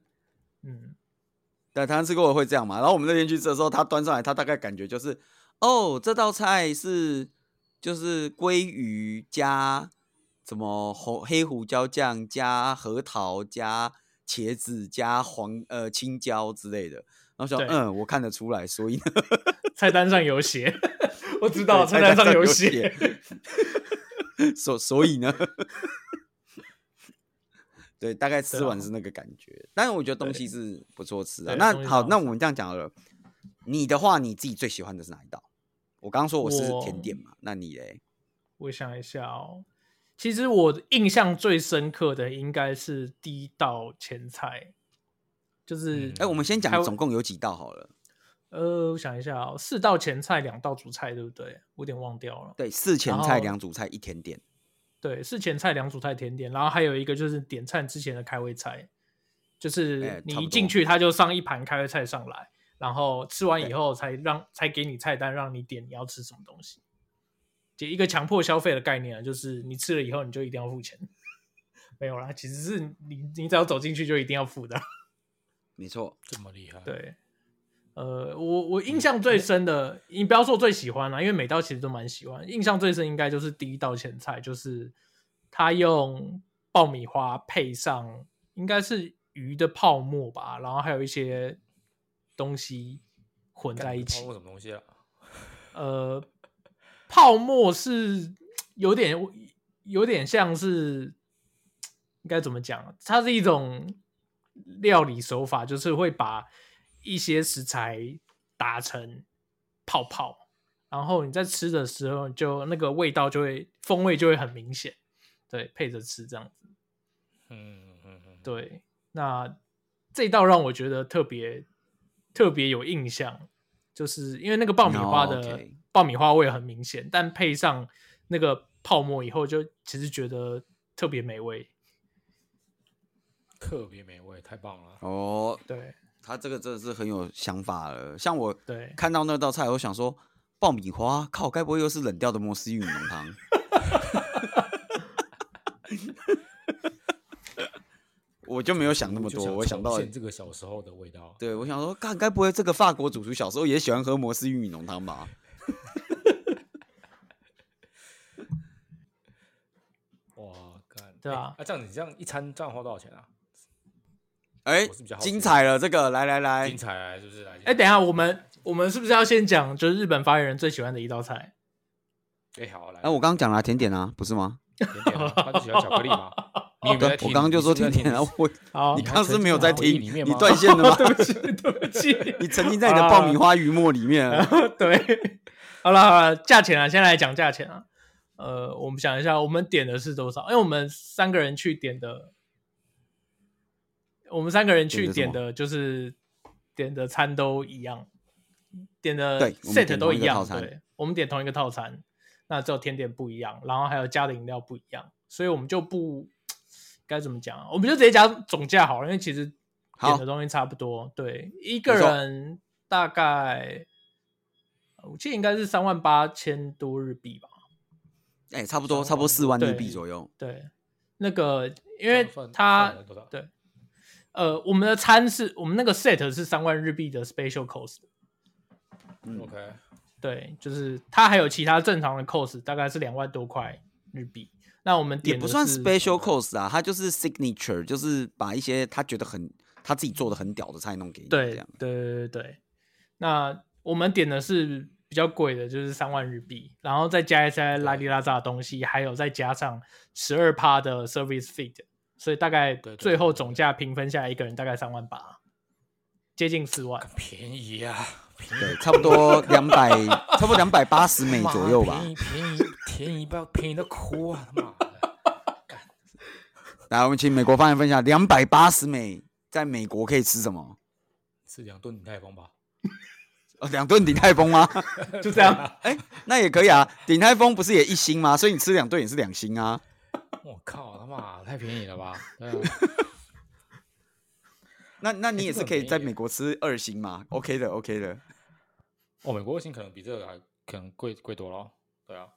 Speaker 1: 嗯。
Speaker 2: 但台湾吃过的会这样嘛？然后我们那天去吃的时候，他端上来，他大概感觉就是，哦，这道菜是就是鲑鱼加什么红黑胡椒酱加核桃加茄子加黄呃青椒之类的。然后想，
Speaker 1: 对
Speaker 2: 嗯，我看得出来，所以呢
Speaker 1: 菜单上有写，我知道
Speaker 2: 对
Speaker 1: 菜单上有
Speaker 2: 菜
Speaker 1: 写
Speaker 2: 单。 所 所以呢，对，大概吃完是那个感觉。但是我觉得东西是不错吃啊。
Speaker 1: 啊对东
Speaker 2: 那
Speaker 1: 西
Speaker 2: 好
Speaker 1: 是，
Speaker 2: 那
Speaker 1: 好吃
Speaker 2: 我们这样讲好了，你的话你自己最喜欢的是哪一道？我刚刚说我是
Speaker 1: 我
Speaker 2: 甜点嘛，那你嘞？
Speaker 1: 我想一下哦，其实我印象最深刻的应该是第一道前菜，就是
Speaker 3: 嗯
Speaker 2: 哎、我们先
Speaker 1: 还
Speaker 2: 讲
Speaker 1: 有
Speaker 2: 总共有几道好了。
Speaker 1: 呃，我想一下哦，四道前菜，两道主菜，对不对？我有点忘掉了。
Speaker 2: 对，四前
Speaker 1: 然
Speaker 2: 菜、
Speaker 1: 后
Speaker 2: 两主菜、一甜点。
Speaker 1: 对，是前菜、两主菜、甜点，然后还有一个就是点餐之前的开胃菜，就
Speaker 2: 哎
Speaker 1: 是
Speaker 2: 差
Speaker 1: 你
Speaker 2: 不
Speaker 1: 一
Speaker 2: 多
Speaker 1: 进去他就上一盘开胃菜上来，然后吃完以
Speaker 2: 对
Speaker 1: 后才让才给你菜单，让你点你要吃什么东西。就一个强迫消费的概念啊，就是你吃了以后你就一定要付钱。 没有啦，其实是你你只要走进去就一定要付的。
Speaker 2: 没错，
Speaker 3: 这么厉害，，嗯
Speaker 1: 对，呃，我我印象最深的，你不要说最喜欢啦，因为每道其实都蛮喜欢。印象最深应该就是第一道前菜，就是他用爆米花配上应该是鱼的泡沫吧，然后还有一些东西混在一起
Speaker 3: 泡。沫什么东西啊？
Speaker 1: 呃，泡沫是有点有点像是应该怎么讲啊？它是一种料理手法，就是会把一些食材打成泡泡，然后你在吃的时候就那个味道就会风味就会很明显，对，配着吃这样子。
Speaker 3: 嗯嗯嗯，嗯，
Speaker 1: 对，那这道让我觉得特别特别有印象，就是因为那个爆米花的、
Speaker 2: 哦，OK
Speaker 1: 爆米花味很明显，但配上那个泡沫以后，就其实觉得特别美味。
Speaker 3: 特别美味，太棒了。
Speaker 2: 哦，
Speaker 1: 对
Speaker 2: 他这个真的是很有想法了。像我
Speaker 1: 对，
Speaker 2: 看到那道菜，我想说爆米花，靠，该不会又是冷掉的摩斯玉米浓汤？ 我就没有想那么
Speaker 3: 我就
Speaker 2: 多，我想到
Speaker 3: 重现这个小时候的味道。
Speaker 2: 对，我想说，干该不会这个法国主厨小时候也喜欢喝摩斯玉米浓汤吧？
Speaker 3: 哇，干，
Speaker 1: 对啊
Speaker 3: 哎那这样子，你这样一餐这样花多少钱啊？
Speaker 2: 哎、
Speaker 3: 我是比较好奇
Speaker 2: 精彩了，这个来来来
Speaker 3: 精，彩啊是不是？哎
Speaker 1: 哎，等一下我们我们是不是要先讲就是日本发言人最喜欢的一道菜？
Speaker 3: 哎，好，来，
Speaker 2: 哎、我刚刚讲了甜点啊，不是吗？
Speaker 3: 甜 点啊，他就喜欢巧克力吗？你有没有
Speaker 2: 对
Speaker 3: 在听？
Speaker 2: 我刚刚就说甜点啊
Speaker 3: 啊，，
Speaker 2: 我
Speaker 1: 好哦
Speaker 2: 你
Speaker 3: 还
Speaker 2: 刚刚
Speaker 3: 沉
Speaker 2: 是没
Speaker 3: 浸
Speaker 2: 有
Speaker 3: 在啊
Speaker 2: 在
Speaker 3: 回忆
Speaker 2: 听，
Speaker 3: 里面
Speaker 2: 你
Speaker 3: 吗
Speaker 2: 断线了 吗？
Speaker 1: 对不起，对不起，
Speaker 2: 你沉浸在你的爆米花鱼沫里面
Speaker 3: 啊
Speaker 2: 了。
Speaker 1: 对，好了好了，价钱啊，先来讲价钱啊。呃，我们想一下，我们点的是多少？因为我们三个人去点的，我们三个人去点
Speaker 2: 点的什么
Speaker 1: 的就是点的餐都一样，点的
Speaker 2: 对我们
Speaker 1: set
Speaker 2: 点
Speaker 1: 都
Speaker 2: 同一个
Speaker 1: 样，
Speaker 2: 套餐
Speaker 1: 对，我们点同一个套餐，那只有甜点不一样，然后还有加的饮料不一样，所以我们就不该怎么讲啊，我们就直接讲总价好了，因为其实点
Speaker 2: 好
Speaker 1: 的东西差不多。对，一个
Speaker 2: 没错
Speaker 1: 人大概，呃我记得应该是三万八千多日币吧。
Speaker 2: 哎、差不多，差不多四万日币
Speaker 1: 对
Speaker 2: 左右。
Speaker 1: 对，那个因为
Speaker 3: 算
Speaker 1: 它
Speaker 3: 算多少
Speaker 1: 对，呃，我们的餐是我们那个 set 是三万日币的 special cost，
Speaker 2: 嗯，
Speaker 3: OK，
Speaker 1: 对，就是它还有其他正常的 cost，大概是两万多块日币。那我们
Speaker 2: 也
Speaker 1: 点
Speaker 2: 不
Speaker 1: 的
Speaker 2: 算
Speaker 1: 是
Speaker 2: special course 啊，他就是 signature，就是把一些他觉得很他自己做的很屌的菜弄给你，这
Speaker 1: 对
Speaker 2: 样。
Speaker 1: 对对对对，那我们点的是比较贵的，就是三万日币，然后再加一些拉里拉杂的东西，还有再加上十二趴的 service fee，所以大概
Speaker 3: 对对
Speaker 1: 最后
Speaker 3: 对对
Speaker 1: 总价平分下来，一个人大概三万八，接近四万。
Speaker 3: 便宜啊，便宜
Speaker 2: 对，差不多两百，差不多两百八十美
Speaker 3: 妈
Speaker 2: 左右吧
Speaker 3: 便。宜便宜便宜到便宜到哭啊！他妈的，
Speaker 2: 来，我们请美国发言分享，两百八十美在美国可以吃什么？
Speaker 3: 吃两顿鼎泰丰吧，
Speaker 2: 哦，两顿鼎泰丰吗？
Speaker 1: 就这样，
Speaker 2: 哎、那也可以啊。鼎泰丰不是也一星吗？所以你吃两顿也是两星啊。
Speaker 3: 我靠，他妈太便宜了吧？对啊，
Speaker 2: 那那你
Speaker 3: 哎
Speaker 2: 也
Speaker 3: 这
Speaker 2: 是
Speaker 3: 个
Speaker 2: 可以
Speaker 3: 很
Speaker 2: 在
Speaker 3: 便宜
Speaker 2: 美国吃二星嘛？OK 的，OK 的。
Speaker 3: 哦，美国二星可能比这个还可能贵贵多了，对啊，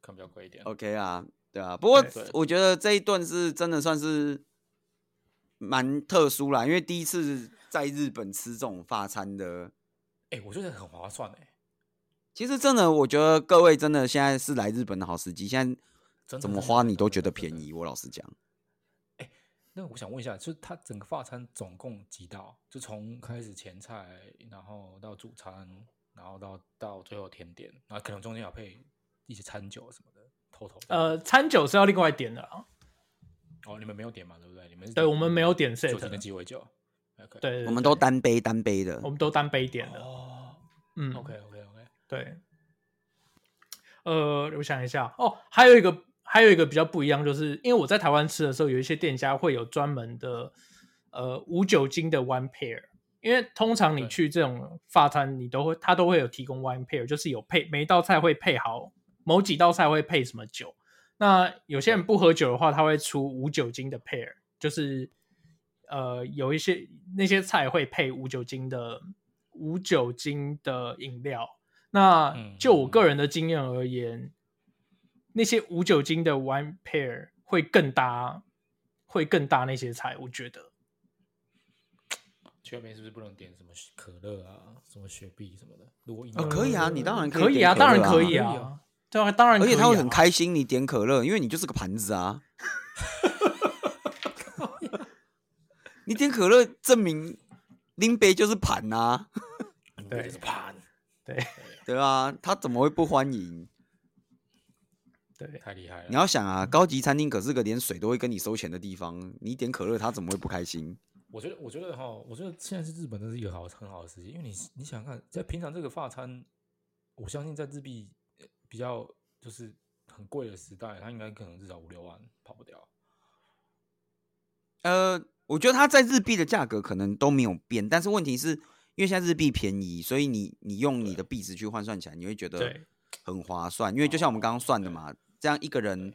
Speaker 3: 可能比较贵一点。
Speaker 2: OK 啊，对啊。不过
Speaker 3: 对对
Speaker 2: 我觉得这一顿是真的算是蛮特殊啦，因为第一次在日本吃这种法餐的。
Speaker 3: 哎，我觉得很划算哎，
Speaker 2: 其实真的，我觉得各位真的现在是来日本的好时机。现在
Speaker 3: 真的
Speaker 2: 怎么
Speaker 3: 真的
Speaker 2: 花
Speaker 3: 真
Speaker 2: 你
Speaker 3: 的
Speaker 2: 都
Speaker 3: 真
Speaker 2: 觉得
Speaker 3: 的
Speaker 2: 便
Speaker 3: 真的
Speaker 2: 宜。我老实讲，
Speaker 3: 那我想问一下，就是它整个法餐总共几道？就从开始前菜，然后到主餐，然后到到最后甜点，然后可能中间要配一些餐酒什么的，偷偷的。
Speaker 1: 呃，餐酒是要另外点的啊。
Speaker 3: 哦，你们没有点嘛，对不对？你们是
Speaker 1: 对
Speaker 3: 点
Speaker 1: 我们没有点
Speaker 3: 酒
Speaker 1: set
Speaker 3: 精
Speaker 1: 的
Speaker 3: 的鸡尾酒。OK，，
Speaker 1: 对，对
Speaker 2: 我
Speaker 1: 对
Speaker 2: 们都单杯单杯的
Speaker 1: 我。们都单杯点的。
Speaker 3: 哦
Speaker 1: 嗯
Speaker 3: ，OK OK OK，
Speaker 1: 对，呃，我想一下哦，还有一个还有一个比较不一样，就是因为我在台湾吃的时候，有一些店家会有专门的呃无酒精的 one pair，因为通常你
Speaker 3: 对
Speaker 1: 去这种法餐，你都会他都会有提供 one pair，就是有配每一道菜会配好某几道菜会配什么酒。那有些人不喝酒的话，他会出无酒精的 pair，就是呃有一些那些菜会配无酒精的无酒精的饮料。那
Speaker 3: 嗯
Speaker 1: 就我个人的经验而言，那些无酒精的 wine pair 会更搭，会更搭那些菜，我觉得。
Speaker 3: 全美是不是不能点什么雪可乐啊，什么雪碧什么的？如果硬
Speaker 2: 哦，
Speaker 3: 要
Speaker 2: 可以啊，
Speaker 3: 点
Speaker 2: 你当然
Speaker 1: 可以
Speaker 2: 以点
Speaker 1: 当然
Speaker 2: 乐
Speaker 1: 可以
Speaker 3: 可以
Speaker 1: 啊
Speaker 3: 啊，
Speaker 1: 对啊，当然可
Speaker 2: 而
Speaker 1: 以、
Speaker 2: 且
Speaker 1: 啊。
Speaker 2: 他会很开心你点可乐，因为你就是个盘子 啊。你点可乐证明拎杯就是盘啊，
Speaker 3: 你这
Speaker 1: 对
Speaker 3: 是盘，
Speaker 1: 对
Speaker 2: 对啊，他怎么会不欢迎？
Speaker 1: 对
Speaker 3: 太厉害了。
Speaker 2: 你要想啊，高级餐厅可是个连水都会跟你收钱的地方，你点可乐他怎么会不开心？
Speaker 3: 我觉得，我觉得哈，我觉得现在是日本，真是一个好很好的时机，因为你你想想看，在平常这个法餐，我相信在日币呃比较就是很贵的时代，它应该可能至少五六万跑不掉。
Speaker 2: 呃，我觉得它在日币的价格可能都没有变，但是问题是因为现在日币便宜，所以你你用你的币值去换算起来，你会觉得
Speaker 1: 对
Speaker 2: 很划算。因为就像我们刚刚算的嘛，这样一个人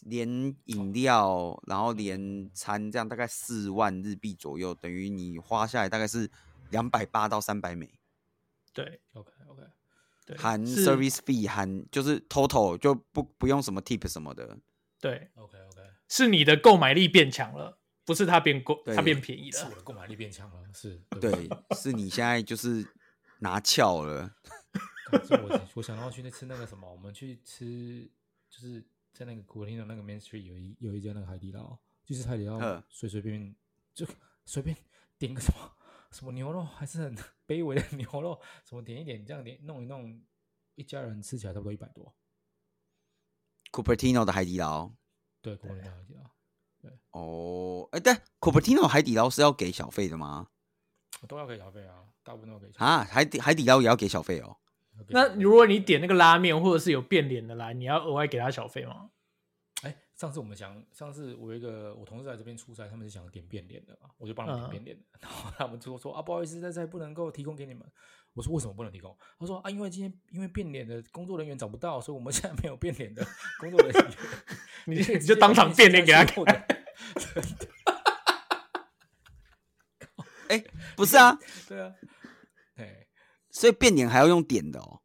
Speaker 2: 连饮料，然后连餐，这样大概四万日币左右，等于你花下来大概是两百八到三百美，
Speaker 1: 对
Speaker 3: OK OK，
Speaker 1: 对，
Speaker 2: 含
Speaker 1: 是
Speaker 2: service fee，含就是 total 就不不用什么 tip 什么的。
Speaker 1: 对，
Speaker 3: OK OK，
Speaker 1: 是你的购买力变强了，不是它变贵，
Speaker 2: 对
Speaker 1: 它变便宜
Speaker 3: 是
Speaker 1: 了
Speaker 3: 我。的购买力变强了，是，
Speaker 2: 对，是你现在就是拿翘了。
Speaker 3: 干所以啊我我想要去那吃那个什么，我们去吃就是在那个古林的那个 Main Street 有一有一家那个海底捞，就是海底捞
Speaker 2: 嗯
Speaker 3: 随随便便就随便点个什么什么牛肉，还是很卑微的牛肉，什么点一点这样点弄一弄，一家人吃起来差不多一百多。
Speaker 2: Cupertino 的海底捞。
Speaker 3: 对，古林的海底捞，
Speaker 2: 哦，哎，但 Cupertino 海底捞是要给小费的吗？
Speaker 3: 我都要给小费啊，大部分都要给小费。
Speaker 2: 啊，海底海底捞也要给小费哦。
Speaker 3: 要给
Speaker 1: 那
Speaker 3: 小费
Speaker 1: 如果你点那个拉面，或者是有变脸的来，你要额外给他小费吗？
Speaker 3: 哎，上次我们想，上次我有一个我同事来这边出差，他们是想点变脸的嘛，我就帮他们
Speaker 1: 嗯
Speaker 3: 点变脸的。 然后他们就说啊，不好意思，但是还不能够提供给你们。我说为什么不能提供？他说啊，因为今天因为变脸的工作人员找不到，所以我们现在没有变脸的工作人员。
Speaker 1: 你
Speaker 3: 可以
Speaker 1: 你
Speaker 3: 直
Speaker 1: 就
Speaker 3: 接
Speaker 1: 当场
Speaker 3: 联系
Speaker 1: 变脸给他
Speaker 3: 一下售后的。
Speaker 2: 哎，不是啊，
Speaker 3: 对啊，哎，
Speaker 2: 所以变脸还要用点的哦。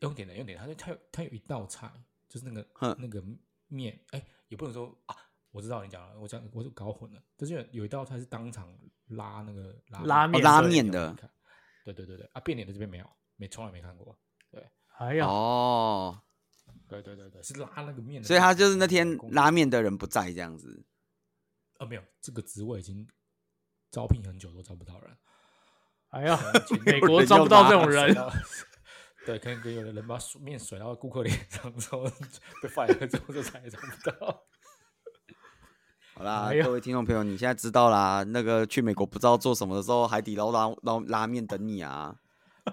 Speaker 3: 用点的用点的，他就他有他有一道菜，就是那个
Speaker 2: 哼
Speaker 3: 那个面，哎，也不能说啊。我知道你讲了，我讲我就搞混了，就是有有一道菜是当场拉那个拉面
Speaker 1: 拉
Speaker 2: 哦
Speaker 1: 面
Speaker 2: 拉
Speaker 1: 对
Speaker 2: 面的
Speaker 3: 看对对对对，啊，变脸的这边没有，没从来没看过。
Speaker 1: 哎呀，
Speaker 2: 哦，
Speaker 3: 对对对对，是拉那个面的。
Speaker 2: 所以他就是那天拉面的人不在这样子。
Speaker 3: 呃没有，这个职位已经招聘很久都招不 到人。
Speaker 1: 哎呀，美
Speaker 3: 美
Speaker 1: 国
Speaker 2: 人要
Speaker 1: 招不到这
Speaker 2: 拉
Speaker 1: 种人，。
Speaker 3: 对，可能可能有的人把水面甩到顾客脸上之后 被 fire 之后就再也找不到。
Speaker 2: 好啦，
Speaker 1: 哎呀
Speaker 2: 各位听众朋友，你现在知道啦，那个去美国不知道做什么的时候，海底捞拉捞拉面等你啊。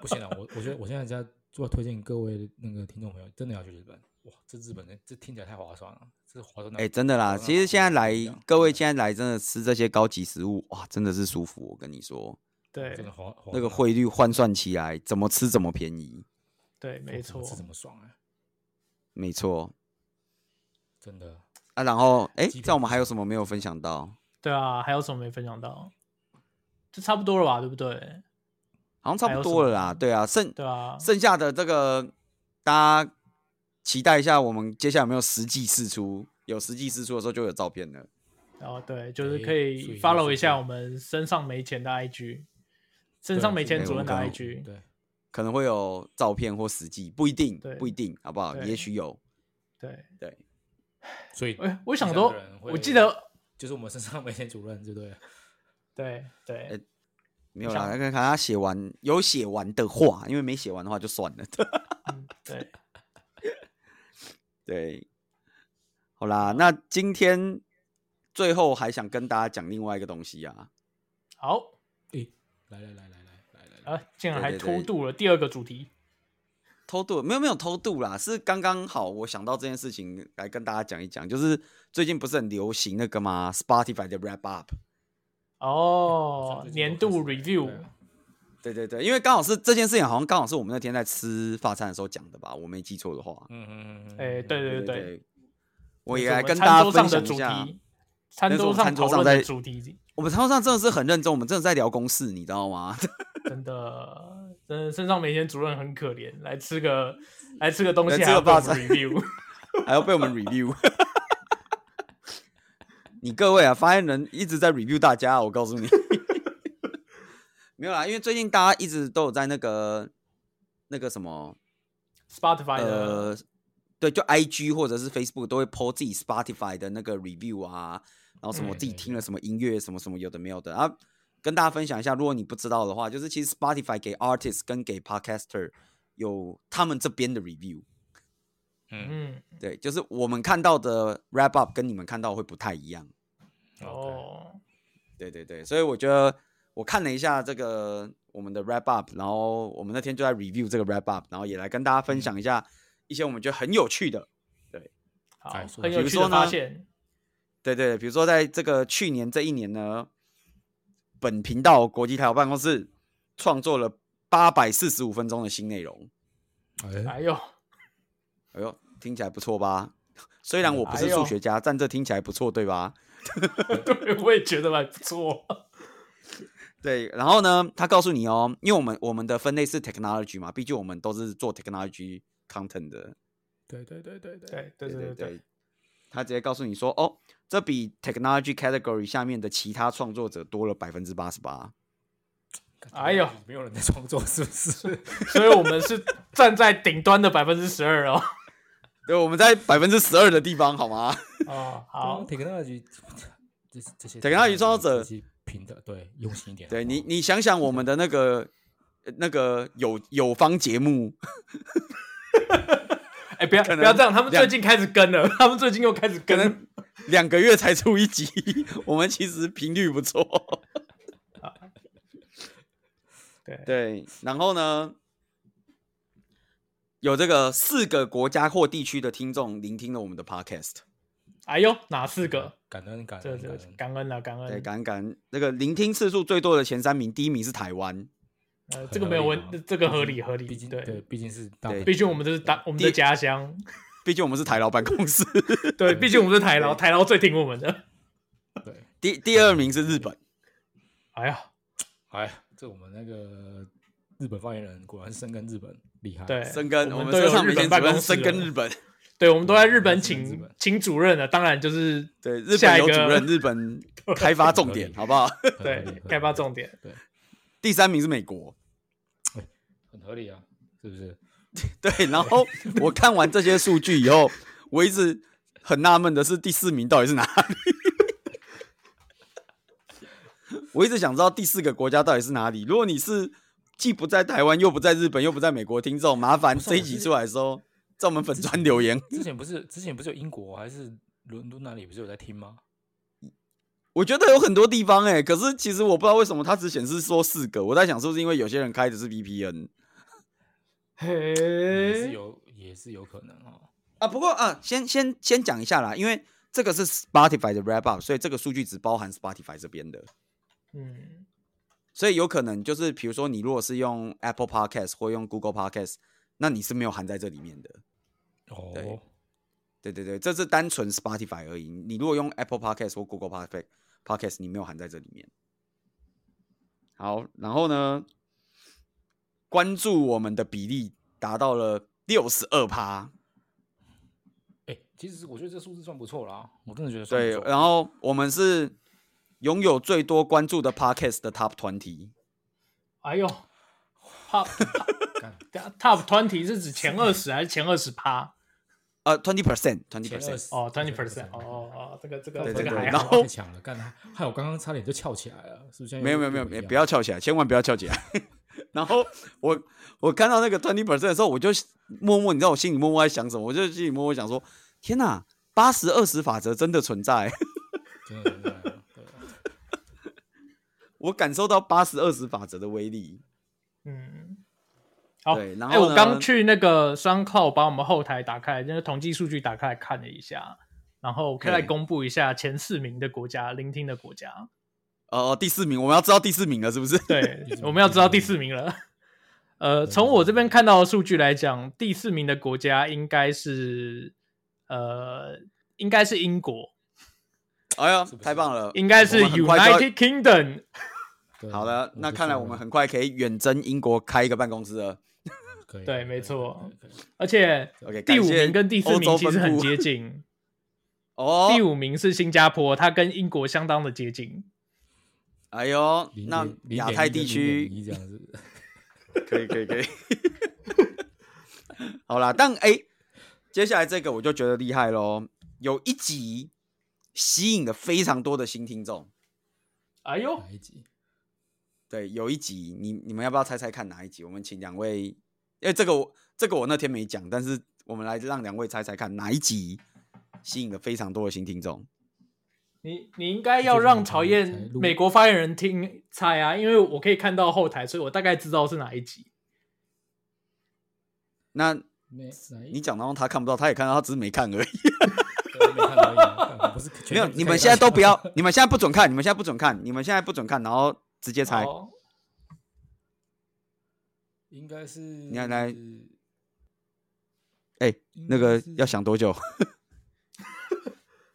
Speaker 3: 不行了，我我觉得我现在在做推荐各位那个听众朋友，真的要去日本。哇，这日本人这听起来太划算了，这划算到
Speaker 2: 哎、真的啦，其实现在来各位现在来真的吃这些高级食物，哇，真的是舒服。我跟你说，
Speaker 1: 对
Speaker 3: 真的划划
Speaker 2: 那个
Speaker 3: 算
Speaker 2: 汇率换算起来，怎么吃怎么便宜。
Speaker 1: 对，没
Speaker 3: 怎
Speaker 1: 错
Speaker 3: 么，吃怎么爽哎、
Speaker 2: 没错，
Speaker 3: 真的。
Speaker 2: 啊，然后哎，
Speaker 3: 基
Speaker 2: 这
Speaker 3: 本
Speaker 2: 样我们还有什么没有分享到？
Speaker 1: 对啊，还有什么没分享到？就差不多了吧，对不对？
Speaker 2: 好像差
Speaker 1: 还
Speaker 2: 不
Speaker 1: 有
Speaker 2: 多
Speaker 1: 什
Speaker 2: 了啦，
Speaker 1: 么
Speaker 2: 对啊，剩
Speaker 1: 对啊，
Speaker 2: 剩下的这个大家期待一下，我们接下来有没有实际试出？有实际试出的时候就有照片了。
Speaker 1: 然后对，就是
Speaker 3: 哎
Speaker 1: 可
Speaker 3: 所
Speaker 1: 以
Speaker 3: 以
Speaker 1: follow
Speaker 3: 就是
Speaker 1: 一下我们身上没钱的 IG，身
Speaker 3: 对
Speaker 1: 上没
Speaker 3: 是
Speaker 1: 钱
Speaker 2: 的
Speaker 1: 主任的
Speaker 2: 哎我们
Speaker 1: IG，
Speaker 3: 对，
Speaker 2: 可能会有照片或实际，不一定
Speaker 1: 对，
Speaker 2: 不一定，好不好？
Speaker 1: 对
Speaker 2: 也许有，
Speaker 1: 对，
Speaker 2: 对，
Speaker 3: 所以
Speaker 1: 哎，我想
Speaker 3: 这样
Speaker 1: 说
Speaker 3: 的人，会
Speaker 1: 我记得，
Speaker 3: 就是我们身上没钱主任，对不对？
Speaker 1: 对
Speaker 2: 哎
Speaker 1: 对
Speaker 2: 没有
Speaker 1: 想
Speaker 2: 啦。那个看他写完有写完的话，因为没写完的话就算了。
Speaker 1: 嗯对，
Speaker 2: 对，好啦，那今天最后还想跟大家讲另外一个东西啊，
Speaker 1: 好，
Speaker 3: 诶，来来来来来来来来，
Speaker 1: 啊，竟然还
Speaker 2: 对对
Speaker 1: 偷
Speaker 2: 对
Speaker 1: 渡了第二个主题，
Speaker 2: 偷渡没有没有偷渡啦，是刚刚好我想到这件事情来跟大家讲一讲，就是最近不是很流行那个嘛 Spotify 的 Wrap Up，
Speaker 1: 哦
Speaker 2: 哎
Speaker 3: 最，近
Speaker 1: 年
Speaker 3: 都开
Speaker 1: 度
Speaker 3: 始对
Speaker 1: review，
Speaker 3: 啊
Speaker 2: 对对对，因为刚好是这件事情，好像刚好是我们那天在吃法餐的时候讲的吧，我没记错的话。
Speaker 3: 嗯嗯嗯嗯，
Speaker 1: 哎，对对
Speaker 2: 对
Speaker 1: 对，
Speaker 2: 我也
Speaker 1: 就是
Speaker 2: 来
Speaker 1: 们
Speaker 2: 跟
Speaker 1: 餐
Speaker 2: 大家
Speaker 1: 桌上
Speaker 2: 分
Speaker 1: 的
Speaker 2: 享
Speaker 1: 主
Speaker 2: 一下。
Speaker 1: 题，餐
Speaker 2: 那是我
Speaker 1: 桌
Speaker 2: 们
Speaker 1: 上
Speaker 2: 餐桌
Speaker 1: 讨
Speaker 2: 上
Speaker 1: 论的
Speaker 2: 在
Speaker 1: 主题，
Speaker 2: 我们常常真的是很认真，我们真的在聊公事，你知道吗？
Speaker 1: 真的，真的身上没钱主任很可怜，来吃个来吃个东
Speaker 2: 来
Speaker 1: 西
Speaker 2: 吃
Speaker 1: 还要
Speaker 2: 个
Speaker 1: 被我
Speaker 2: 霸
Speaker 1: 们 review，
Speaker 2: 还要被我 们 review。你各位啊，发言人一直在 review 大家啊，我告诉 你，没有啦，因为最近大家一直都有在那个那个什么
Speaker 1: Spotify
Speaker 3: 啊
Speaker 1: 的
Speaker 2: 呃，对，就 IG 或者是 Facebook 都会 po 自己 Spotify 的那个 review 啊，然后什么
Speaker 3: 嗯
Speaker 2: 自己
Speaker 3: 对
Speaker 2: 听了什么音乐什么什么有的没有的啊，跟大家分享一下，如果你不知道的话，就是其实 Spotify 给 artist 跟给 podcaster 有他们这边的 review。
Speaker 3: 嗯
Speaker 1: 嗯，
Speaker 2: 对，就是我们看到的 wrap up 跟你们看到会不太一样。
Speaker 3: 哦，
Speaker 1: 哦，
Speaker 2: 对对对，所以我觉得我看了一下这个我们的 wrap up，然后我们那天就在 review 这个 wrap up，然后也来跟大家分享一下一些我们觉得很有趣的，
Speaker 1: 好，
Speaker 3: 再说
Speaker 1: 很
Speaker 2: 比
Speaker 1: 有
Speaker 2: 如
Speaker 1: 趣
Speaker 2: 说
Speaker 1: 的发
Speaker 2: 呢
Speaker 1: 现，
Speaker 2: 对对，比如说在这个去年这一年呢，本频道国际台有办公室创作了八百四十五分钟的新内容。
Speaker 3: 哎，
Speaker 1: 哎 呦，
Speaker 2: 哎呦，听起来不错吧？ 虽然我不是数学家，但这听起来不错，对吧？
Speaker 1: 对，我也觉得还不错。
Speaker 2: 对，然后呢，他告诉你哦，因为我们我们的分类是 technology 嘛，毕竟我们都是做 technology content 的。
Speaker 3: 对对对对对，
Speaker 1: 对对对
Speaker 2: 对
Speaker 1: 对对，，
Speaker 2: 他直接告诉你说，哦，这比 technology category 下面的其他创作者多了百分之八十八。
Speaker 1: 哎呦，
Speaker 3: 没有人在创作是不是？
Speaker 1: 所以我们是站在顶端的百分之十二哦。
Speaker 2: 对，我们在百分之十二的地方，好吗？
Speaker 1: 哦，好，
Speaker 3: ，technology 这这些
Speaker 2: Technology 创作者
Speaker 3: 这些平等，对，用心一点。
Speaker 2: 对
Speaker 3: 好
Speaker 2: 你，
Speaker 3: 不好
Speaker 2: 你想想我们的那个呃那个有有方节目，
Speaker 1: 哎，不要
Speaker 2: 可能
Speaker 1: 不要这样，他们
Speaker 2: 两
Speaker 1: 最近开始跟了，他们最近又开始
Speaker 2: 可
Speaker 1: 跟了
Speaker 2: 能两个月才出一集， 我们其实频率不错。
Speaker 1: 对
Speaker 2: 对，然后呢，有这个四个国家或地区的听众聆听了我们的 podcast，
Speaker 1: 哎呦，哪四个？
Speaker 3: 感恩感
Speaker 1: 这
Speaker 3: 恩感
Speaker 1: 这
Speaker 3: 恩，
Speaker 1: 感恩了，感
Speaker 2: 对，
Speaker 1: 恩。
Speaker 2: 感恩感恩那个聆听次数最多的前三名，第一名是台湾，
Speaker 1: 呃，这个没有
Speaker 3: 合
Speaker 1: 问，
Speaker 3: 理嘛哦
Speaker 1: 这个合理合理。
Speaker 3: 毕竟对，
Speaker 1: 对，
Speaker 3: 毕竟是大
Speaker 2: 对
Speaker 3: 本
Speaker 1: 毕竟我们这是大我们的
Speaker 2: 第
Speaker 1: 家乡，
Speaker 2: 毕竟我们是台老办公室。
Speaker 1: 对，毕竟我们是台劳，台劳最听我们的。
Speaker 3: 对，
Speaker 2: 第第二名是日
Speaker 1: 嗯
Speaker 2: 本，
Speaker 1: 哎呀，
Speaker 3: 哎，这我们那个日本发言人果然是深耕日本，厉害。
Speaker 1: 对，
Speaker 2: 深耕，
Speaker 1: 我
Speaker 2: 我
Speaker 1: 们
Speaker 2: 们
Speaker 1: 都有
Speaker 2: 身上
Speaker 1: 日
Speaker 2: 每
Speaker 1: 本
Speaker 2: 天
Speaker 1: 办
Speaker 2: 只
Speaker 1: 公
Speaker 2: 能
Speaker 1: 室
Speaker 2: 深耕
Speaker 1: 了
Speaker 2: 日本。
Speaker 1: 对，我们都在日
Speaker 3: 我
Speaker 1: 本
Speaker 3: 们是日
Speaker 1: 请
Speaker 3: 本
Speaker 1: 请主任了，啊当然就是
Speaker 2: 对，日
Speaker 1: 下
Speaker 2: 本
Speaker 1: 一
Speaker 2: 有主
Speaker 1: 个
Speaker 2: 任，日 本开发重
Speaker 3: 合
Speaker 2: 点，
Speaker 3: 理
Speaker 2: 好不好？
Speaker 3: 很合
Speaker 1: 对
Speaker 3: 理，很
Speaker 1: 开发
Speaker 3: 合理
Speaker 1: 重点。
Speaker 2: 第三名是美国，
Speaker 3: 很合理啊，是不是？
Speaker 2: 对。然后我看完这些数据以后，我一直很纳闷的是，第四名到底是哪里？ 我一直想知道第四个国家到底是哪里。如果你是既不在台湾，又不在日本，又不在美国，听众麻烦
Speaker 3: 不是
Speaker 2: 这一
Speaker 3: 我
Speaker 2: 集
Speaker 3: 是
Speaker 2: 出来的时候，在我们粉专留言。
Speaker 3: 之前不是之前不是有英国还是伦敦那里不是有在听吗？
Speaker 2: 我觉得有很多地方哎、可是其实我不知道为什么它只显示说四个。我在想是不是因为有些人开的是 VPN。
Speaker 1: 嘿，
Speaker 3: 也是有也是有可能哦。
Speaker 2: 啊，不过啊，先先先讲一下啦，因为这个是 Spotify 的 wrap up，所以这个数据只包含 Spotify 这边的，
Speaker 1: 嗯，
Speaker 2: 所以有可能就是比如说你如果是用 Apple Podcast 或用 Google Podcast，那你是没有含在这里面的。对
Speaker 3: 哦，
Speaker 2: 对对对，这是单纯 Spotify 而已。你如果用 Apple Podcast 或 Google Podcast Podcast，你没有含在这里面。好，然后呢，关注我们的比例达到了六十二趴，
Speaker 3: 哎、其实我觉得这数字算不错啦，我真的觉得算
Speaker 2: 对
Speaker 3: 不，错。
Speaker 2: 然后我们是拥有最多关注的 podcast 的 top twenty，
Speaker 1: 哎呦，top
Speaker 3: 干
Speaker 1: top twenty 是指前二十还是前二十趴？
Speaker 2: 呃，twenty percent，twenty
Speaker 3: 前
Speaker 2: percent，
Speaker 3: 20
Speaker 1: 哦，twenty percent，
Speaker 3: 20%
Speaker 1: 哦哦哦，这个这个
Speaker 2: 对
Speaker 1: 这个
Speaker 2: 对对
Speaker 1: 还
Speaker 2: 然
Speaker 1: 好。
Speaker 2: 后
Speaker 3: 太强了，干他，害我刚刚差点就翘起来了，是不啊是？
Speaker 2: 没有没有没有，没有不
Speaker 3: 要
Speaker 2: 要翘起来，千万不要翘起来。 然后我我看到那个 twenty percent 的时候，我就默默，你知道我心里默默在想什么？我就心里默默想说，天哪，八十二十法则真的存在，
Speaker 3: 真的真的对
Speaker 2: 我感受到八十二十法则的威力。
Speaker 1: 嗯，好。
Speaker 2: 对然
Speaker 1: 哎
Speaker 2: 后
Speaker 1: 我刚
Speaker 2: 呢
Speaker 1: 去那个商靠把我们后台打开，那个统计数据打开来看了一下，然后可以来
Speaker 2: 对
Speaker 1: 公布一下前四名的国家，聆听的国家。
Speaker 2: 哦、第四名，我们要知道第四名了，是不 是？
Speaker 1: 对
Speaker 3: 第四，名
Speaker 1: 我们要知道第四 名了。呃，从我这边看到的数据来讲，第四名的国家应该是呃，应该是英国，
Speaker 2: 哎呀
Speaker 3: 不，是
Speaker 2: 太棒了！
Speaker 1: 应该是
Speaker 2: 我们很快就要
Speaker 1: United Kingdom。
Speaker 3: 对
Speaker 2: 好了，那看来我们
Speaker 3: 很
Speaker 2: 很快可以远征英国开一个办公室了。
Speaker 3: 可以，
Speaker 1: 对
Speaker 3: 可以
Speaker 1: 没错，
Speaker 3: 可以可以可以
Speaker 1: 而且
Speaker 2: OK，
Speaker 1: 第五
Speaker 2: 感谢
Speaker 1: 名跟第四名
Speaker 2: 欧洲
Speaker 1: 其实
Speaker 2: 分
Speaker 1: 很
Speaker 2: 部
Speaker 1: 接近，
Speaker 2: 哦。
Speaker 1: 第，五名是新加坡，它跟英国相当的接近。
Speaker 2: 哎呦
Speaker 3: 零，
Speaker 2: 那
Speaker 3: 点零
Speaker 2: 亚
Speaker 3: 点
Speaker 2: 太
Speaker 3: 一跟
Speaker 2: 地
Speaker 3: 零
Speaker 2: 区
Speaker 3: 点一这样子，
Speaker 2: 可以可以可 以。好啦，但哎、接下来这个我就觉得厉害喽，有一集吸引了非常多的新听众。
Speaker 1: 哎呦，
Speaker 3: 哪一集？
Speaker 2: 对，有一集，你你们要不要猜猜看哪一集？我们请两位，因为这个我这个我那天没讲，但是我们来让两位猜猜看哪一集吸引了非常多的新听众。
Speaker 1: 你你应该要让曹
Speaker 3: 这就是
Speaker 1: 燕
Speaker 3: 我们
Speaker 1: 美国发言人听猜啊，因为我可以看到后台，所以我大概知道是哪一集。
Speaker 2: 那
Speaker 3: 没哪 一
Speaker 2: 你讲到他看不到，他也看到，他只是没看而已。
Speaker 3: 对没看而已啊，不是
Speaker 2: 没有，你们现在都不要，你们现在不准看，你们现在不准看，你们现在不准看，然后直接猜。
Speaker 1: 哦
Speaker 3: 应该是
Speaker 2: 你要来哎、那个要想多久？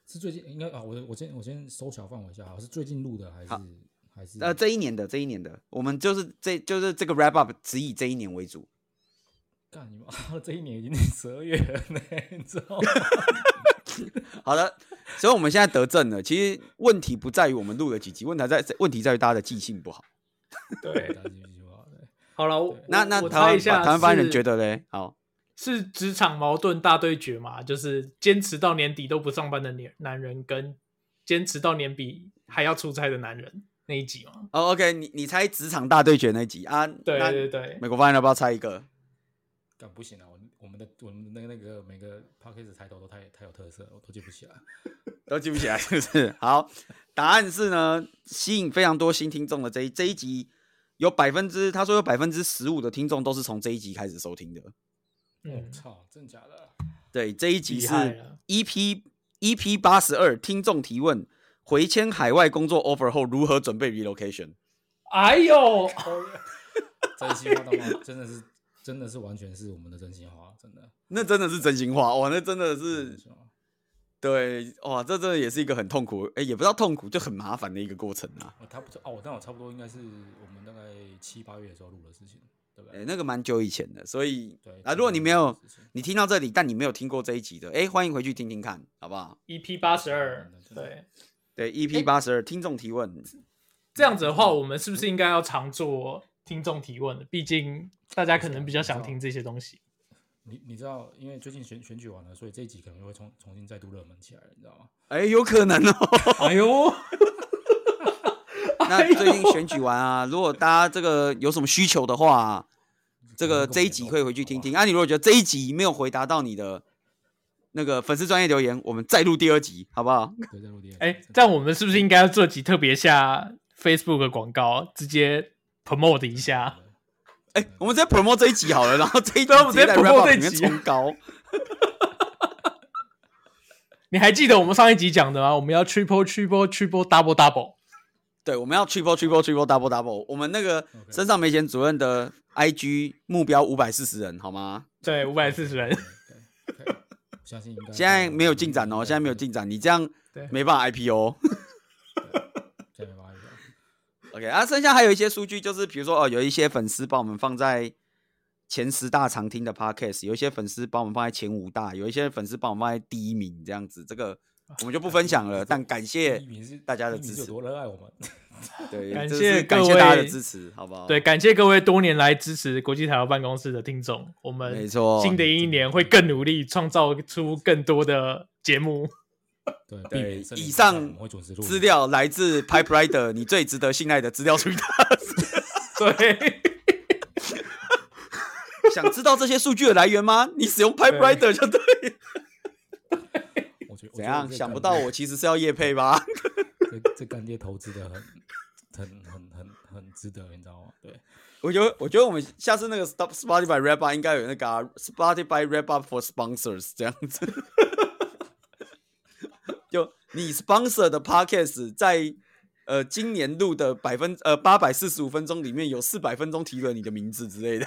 Speaker 3: 是最近应该啊，我我先我先搜小范围一下，好，是最近录的还是还是
Speaker 2: 呃，这一年的，这一年的，我们就是这就是这个 wrap up 只以这一年为主。
Speaker 3: 干你妈！ 这一年已经十二月了呢，你知 道吗？
Speaker 2: 好的，所以我们现在得证了。其实问题不在于我们录了几集，问题在问题在于大家的记性不好。
Speaker 1: 对，
Speaker 3: 打几句话，对
Speaker 1: 好了，我
Speaker 2: 那
Speaker 1: 我
Speaker 2: 那
Speaker 1: 我
Speaker 2: 台湾
Speaker 1: 猜一下，
Speaker 2: 台湾发言人觉得嘞？好，
Speaker 1: 是职场矛盾大对决嘛？就是坚持到年底都不上班的年男人，跟坚持到年底还要出差的男人那一集嘛？
Speaker 2: 哦，OK，你你猜职场大对决那一集啊？
Speaker 1: 对
Speaker 2: 那
Speaker 1: 对对，
Speaker 2: 美国发言人要不要猜一个？
Speaker 3: 干不行啊！我我们的我们的那个那个每个 p a c k a g e 抬头都太太有特色了，我都记不起来。
Speaker 2: 都记不起来是不是？好，答案是呢，吸引非常多新听众的这一这一集，有百分之他说有百分之十五的听众都是从这一集开始收听的。
Speaker 3: 我、
Speaker 1: 嗯，
Speaker 3: 操，真假的？
Speaker 2: 对，这一集
Speaker 1: 厉
Speaker 2: 是
Speaker 1: 害了
Speaker 2: EP EP E 八十二听众提问：回迁海外工作 offer 后如何准备 relocation？
Speaker 1: 哎呦，
Speaker 3: 真心话的话，真的是真的是完全是我们的真心话，真的。
Speaker 2: 那真的是真心话哇，那真的
Speaker 3: 真
Speaker 2: 是
Speaker 3: 心话
Speaker 2: 对哇，这真的也是一个很痛苦，哎、也不知道痛苦，就很麻烦的一个过程啊。
Speaker 3: 我差不多哦，我但我差不多应该是我们大概七八月的时候录的事情，对不
Speaker 2: 哎、
Speaker 3: 对？
Speaker 2: 那个蛮久以前的，所以
Speaker 3: 对
Speaker 2: 啊，如果你没有
Speaker 3: 这个事情
Speaker 2: 你听到这里，但你没有听过这一集的，哎、欢迎回去听听看，好不好？
Speaker 1: EP ，E 八十二
Speaker 3: 真的，真的
Speaker 1: 对，
Speaker 2: 对，EP 八十二听众提问，
Speaker 1: 这样子的话，我们是不是应该要常做听众提问的？毕竟大家可能比较想听这些东西。
Speaker 3: 你你知道，因为最近选选举完了，所以这一集可能又会重重新再度热门起来，你知道吗？
Speaker 2: 哎、有可能哦。
Speaker 1: 哎呦，
Speaker 2: 那最近选举完啊，如果大家这个有什么需求的话、啊这个这一集可以回去听听。啊，你如果觉得这一集没有回答到你的那个粉丝专业留言，我们再录第二集，好不好？
Speaker 3: 对，再录第二集。
Speaker 1: 哎，
Speaker 3: 真的
Speaker 1: 这样我们是不是应该要做集特别下 Facebook 的广告，直接 promote 一下？
Speaker 2: 哎、我们直接 promote 这一集好了，然后这一集
Speaker 1: 对啊我们直接
Speaker 2: 在
Speaker 1: promote
Speaker 2: wrap up
Speaker 1: 这一
Speaker 2: 里面
Speaker 1: 集
Speaker 2: 冲高。
Speaker 1: 你还记得我们上一集讲的吗？我们要 triple triple triple double double。
Speaker 2: 对，我们要 triple triple triple double double。我们那个
Speaker 3: OK
Speaker 2: 身上没钱主任的 IG 目标五百四十人，好吗？
Speaker 1: 对，五百四十人。
Speaker 3: 对对，我相信应该
Speaker 2: 现在没有进展哦，现在没有，进展，你这样
Speaker 1: 嗯对
Speaker 2: 没办法 IPO。
Speaker 3: 现在没办法。
Speaker 2: OK 啊，剩下还有一些数据，就是比如说哦，有一些粉丝帮我们放在前十大常听的 Podcast，有一些粉丝帮我们放在前五大，有一些粉丝帮我们放在第一名，这样子，这个我们就不分 享了。但感谢
Speaker 3: 第一名是
Speaker 2: 大家的
Speaker 3: 第一
Speaker 2: 支
Speaker 3: 名是有
Speaker 2: 持，
Speaker 3: 多热爱我们，
Speaker 2: 对，
Speaker 1: 感
Speaker 2: 这
Speaker 1: 谢
Speaker 2: 是
Speaker 1: 各
Speaker 2: 感谢大家的
Speaker 1: 位
Speaker 2: 支持，好不好？
Speaker 1: 对，，感谢各位多年来支持国际台湾办公室的听众，我们
Speaker 2: 没错
Speaker 1: 新的一年会更努力，创造出更多的节 目。
Speaker 3: 对，避
Speaker 2: 对
Speaker 3: 免森林
Speaker 2: 以
Speaker 3: 火灾
Speaker 2: 上
Speaker 3: 我们会准时录
Speaker 2: 资。料来自 PipeRider，你最值得信赖的资料数据大师。
Speaker 1: 对，
Speaker 2: 想知道这些数据的来源吗？你使用 PipeRider 就对了。
Speaker 3: 我觉得
Speaker 2: 怎样？想不到我其实是要叶配吧？
Speaker 3: 这这干爹投资的很很很很很值得，你知道吗？对，
Speaker 2: 我觉得，我觉得我们下次那个 Stop Spotify Wrap Up 应该有那个、啊、Spotify Wrap Up for Sponsors 这样子。 就你 sponsor 的 podcast 在呃今年录的百分呃八百四十五分钟里面有四百分钟提了你的名字之 类的，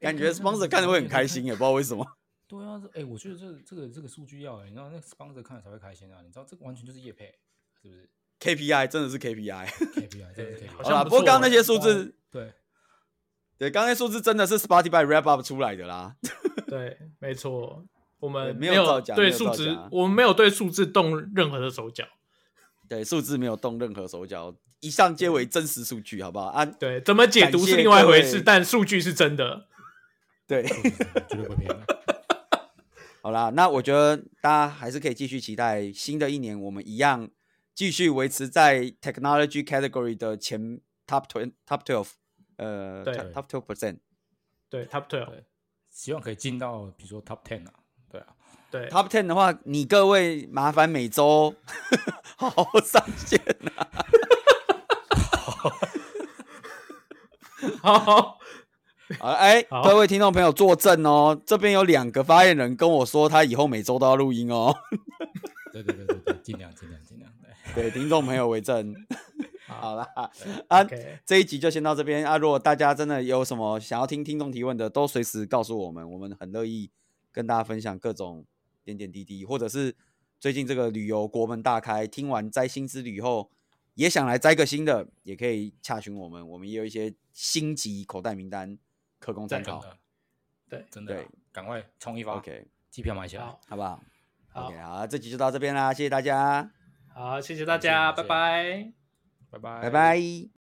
Speaker 2: 感觉 sponsor 看着会很开心，也不知道为什么。
Speaker 3: 对啊，这哎、我觉得这这个这个数据要、哎，你知道那 sponsor 看了才会开心啊，你知道这个完全就是业配，是不是
Speaker 2: KPI 真的是 KPI，
Speaker 3: ？KPI 真的是 KPI，
Speaker 1: 好
Speaker 2: 好
Speaker 1: 像
Speaker 2: 啦，
Speaker 1: 不
Speaker 2: 不过
Speaker 1: 错
Speaker 2: 刚刚那
Speaker 1: 欸
Speaker 2: 些数字，
Speaker 3: 对，
Speaker 2: 对，刚才数字真的是 Spotify Wrap Up 出来的啦。
Speaker 1: 对，没错，我们
Speaker 2: 对没有造
Speaker 1: 有
Speaker 2: 假
Speaker 1: 对
Speaker 2: 没有
Speaker 1: 数
Speaker 2: 造
Speaker 1: 值
Speaker 2: 假，
Speaker 1: 我们没有对数字动任何的手脚。
Speaker 2: 对，数字没有动任何手脚，以上皆为真实数据，好不好？啊，
Speaker 1: 对，怎么解
Speaker 2: 感
Speaker 1: 读
Speaker 2: 谢
Speaker 1: 是另外一
Speaker 2: 各
Speaker 1: 回
Speaker 2: 位
Speaker 1: 事，但数据是真的。
Speaker 2: 对，
Speaker 3: 绝对不会骗的。
Speaker 2: 好啦，那我觉得大家还是可以继续期待新的一年，我们一样继续维持在 technology category 的前 top twen top twelve，呃
Speaker 1: 对
Speaker 2: ，top top twelve percent。
Speaker 1: 对，Top 哦 Twelve，
Speaker 3: 对希望可以进到比如说 top ten 啊，对啊，
Speaker 1: 对
Speaker 2: Top ten 的话，你各位麻烦每周 好好上线啊！
Speaker 1: 好，
Speaker 2: 好了，哎、
Speaker 1: 好
Speaker 2: 各位听众朋友作证哦，这边有两个发言人跟我说，他以后每周都要录音哦。
Speaker 3: 对对对对对，尽量尽量尽量。
Speaker 2: 对，
Speaker 3: 对，
Speaker 2: 听众朋友为证。 好啦，啊，
Speaker 1: OK，
Speaker 2: 这一集就先到这边啊。如果大家真的有什么想要听听众提问的，都随时告诉我们，我们很乐意跟大家分享各种点点滴滴，或者是最近这个旅游国门大开，听完摘星之旅后也想来摘个新的，也可以洽询我们，我们也有一些星级口袋名单可供参
Speaker 1: 对
Speaker 3: 真
Speaker 2: 考。
Speaker 3: 的
Speaker 1: 对，
Speaker 3: 真的
Speaker 2: 对
Speaker 3: 啊，赶快冲一发
Speaker 2: OK，
Speaker 3: 机票买起来
Speaker 1: 好。
Speaker 2: 好不好
Speaker 1: 好
Speaker 2: o k 好，这集就到这边啦，谢谢大家，
Speaker 1: 好，谢谢大家，
Speaker 3: 谢谢
Speaker 1: 拜拜。
Speaker 3: 拜拜，
Speaker 2: 拜拜。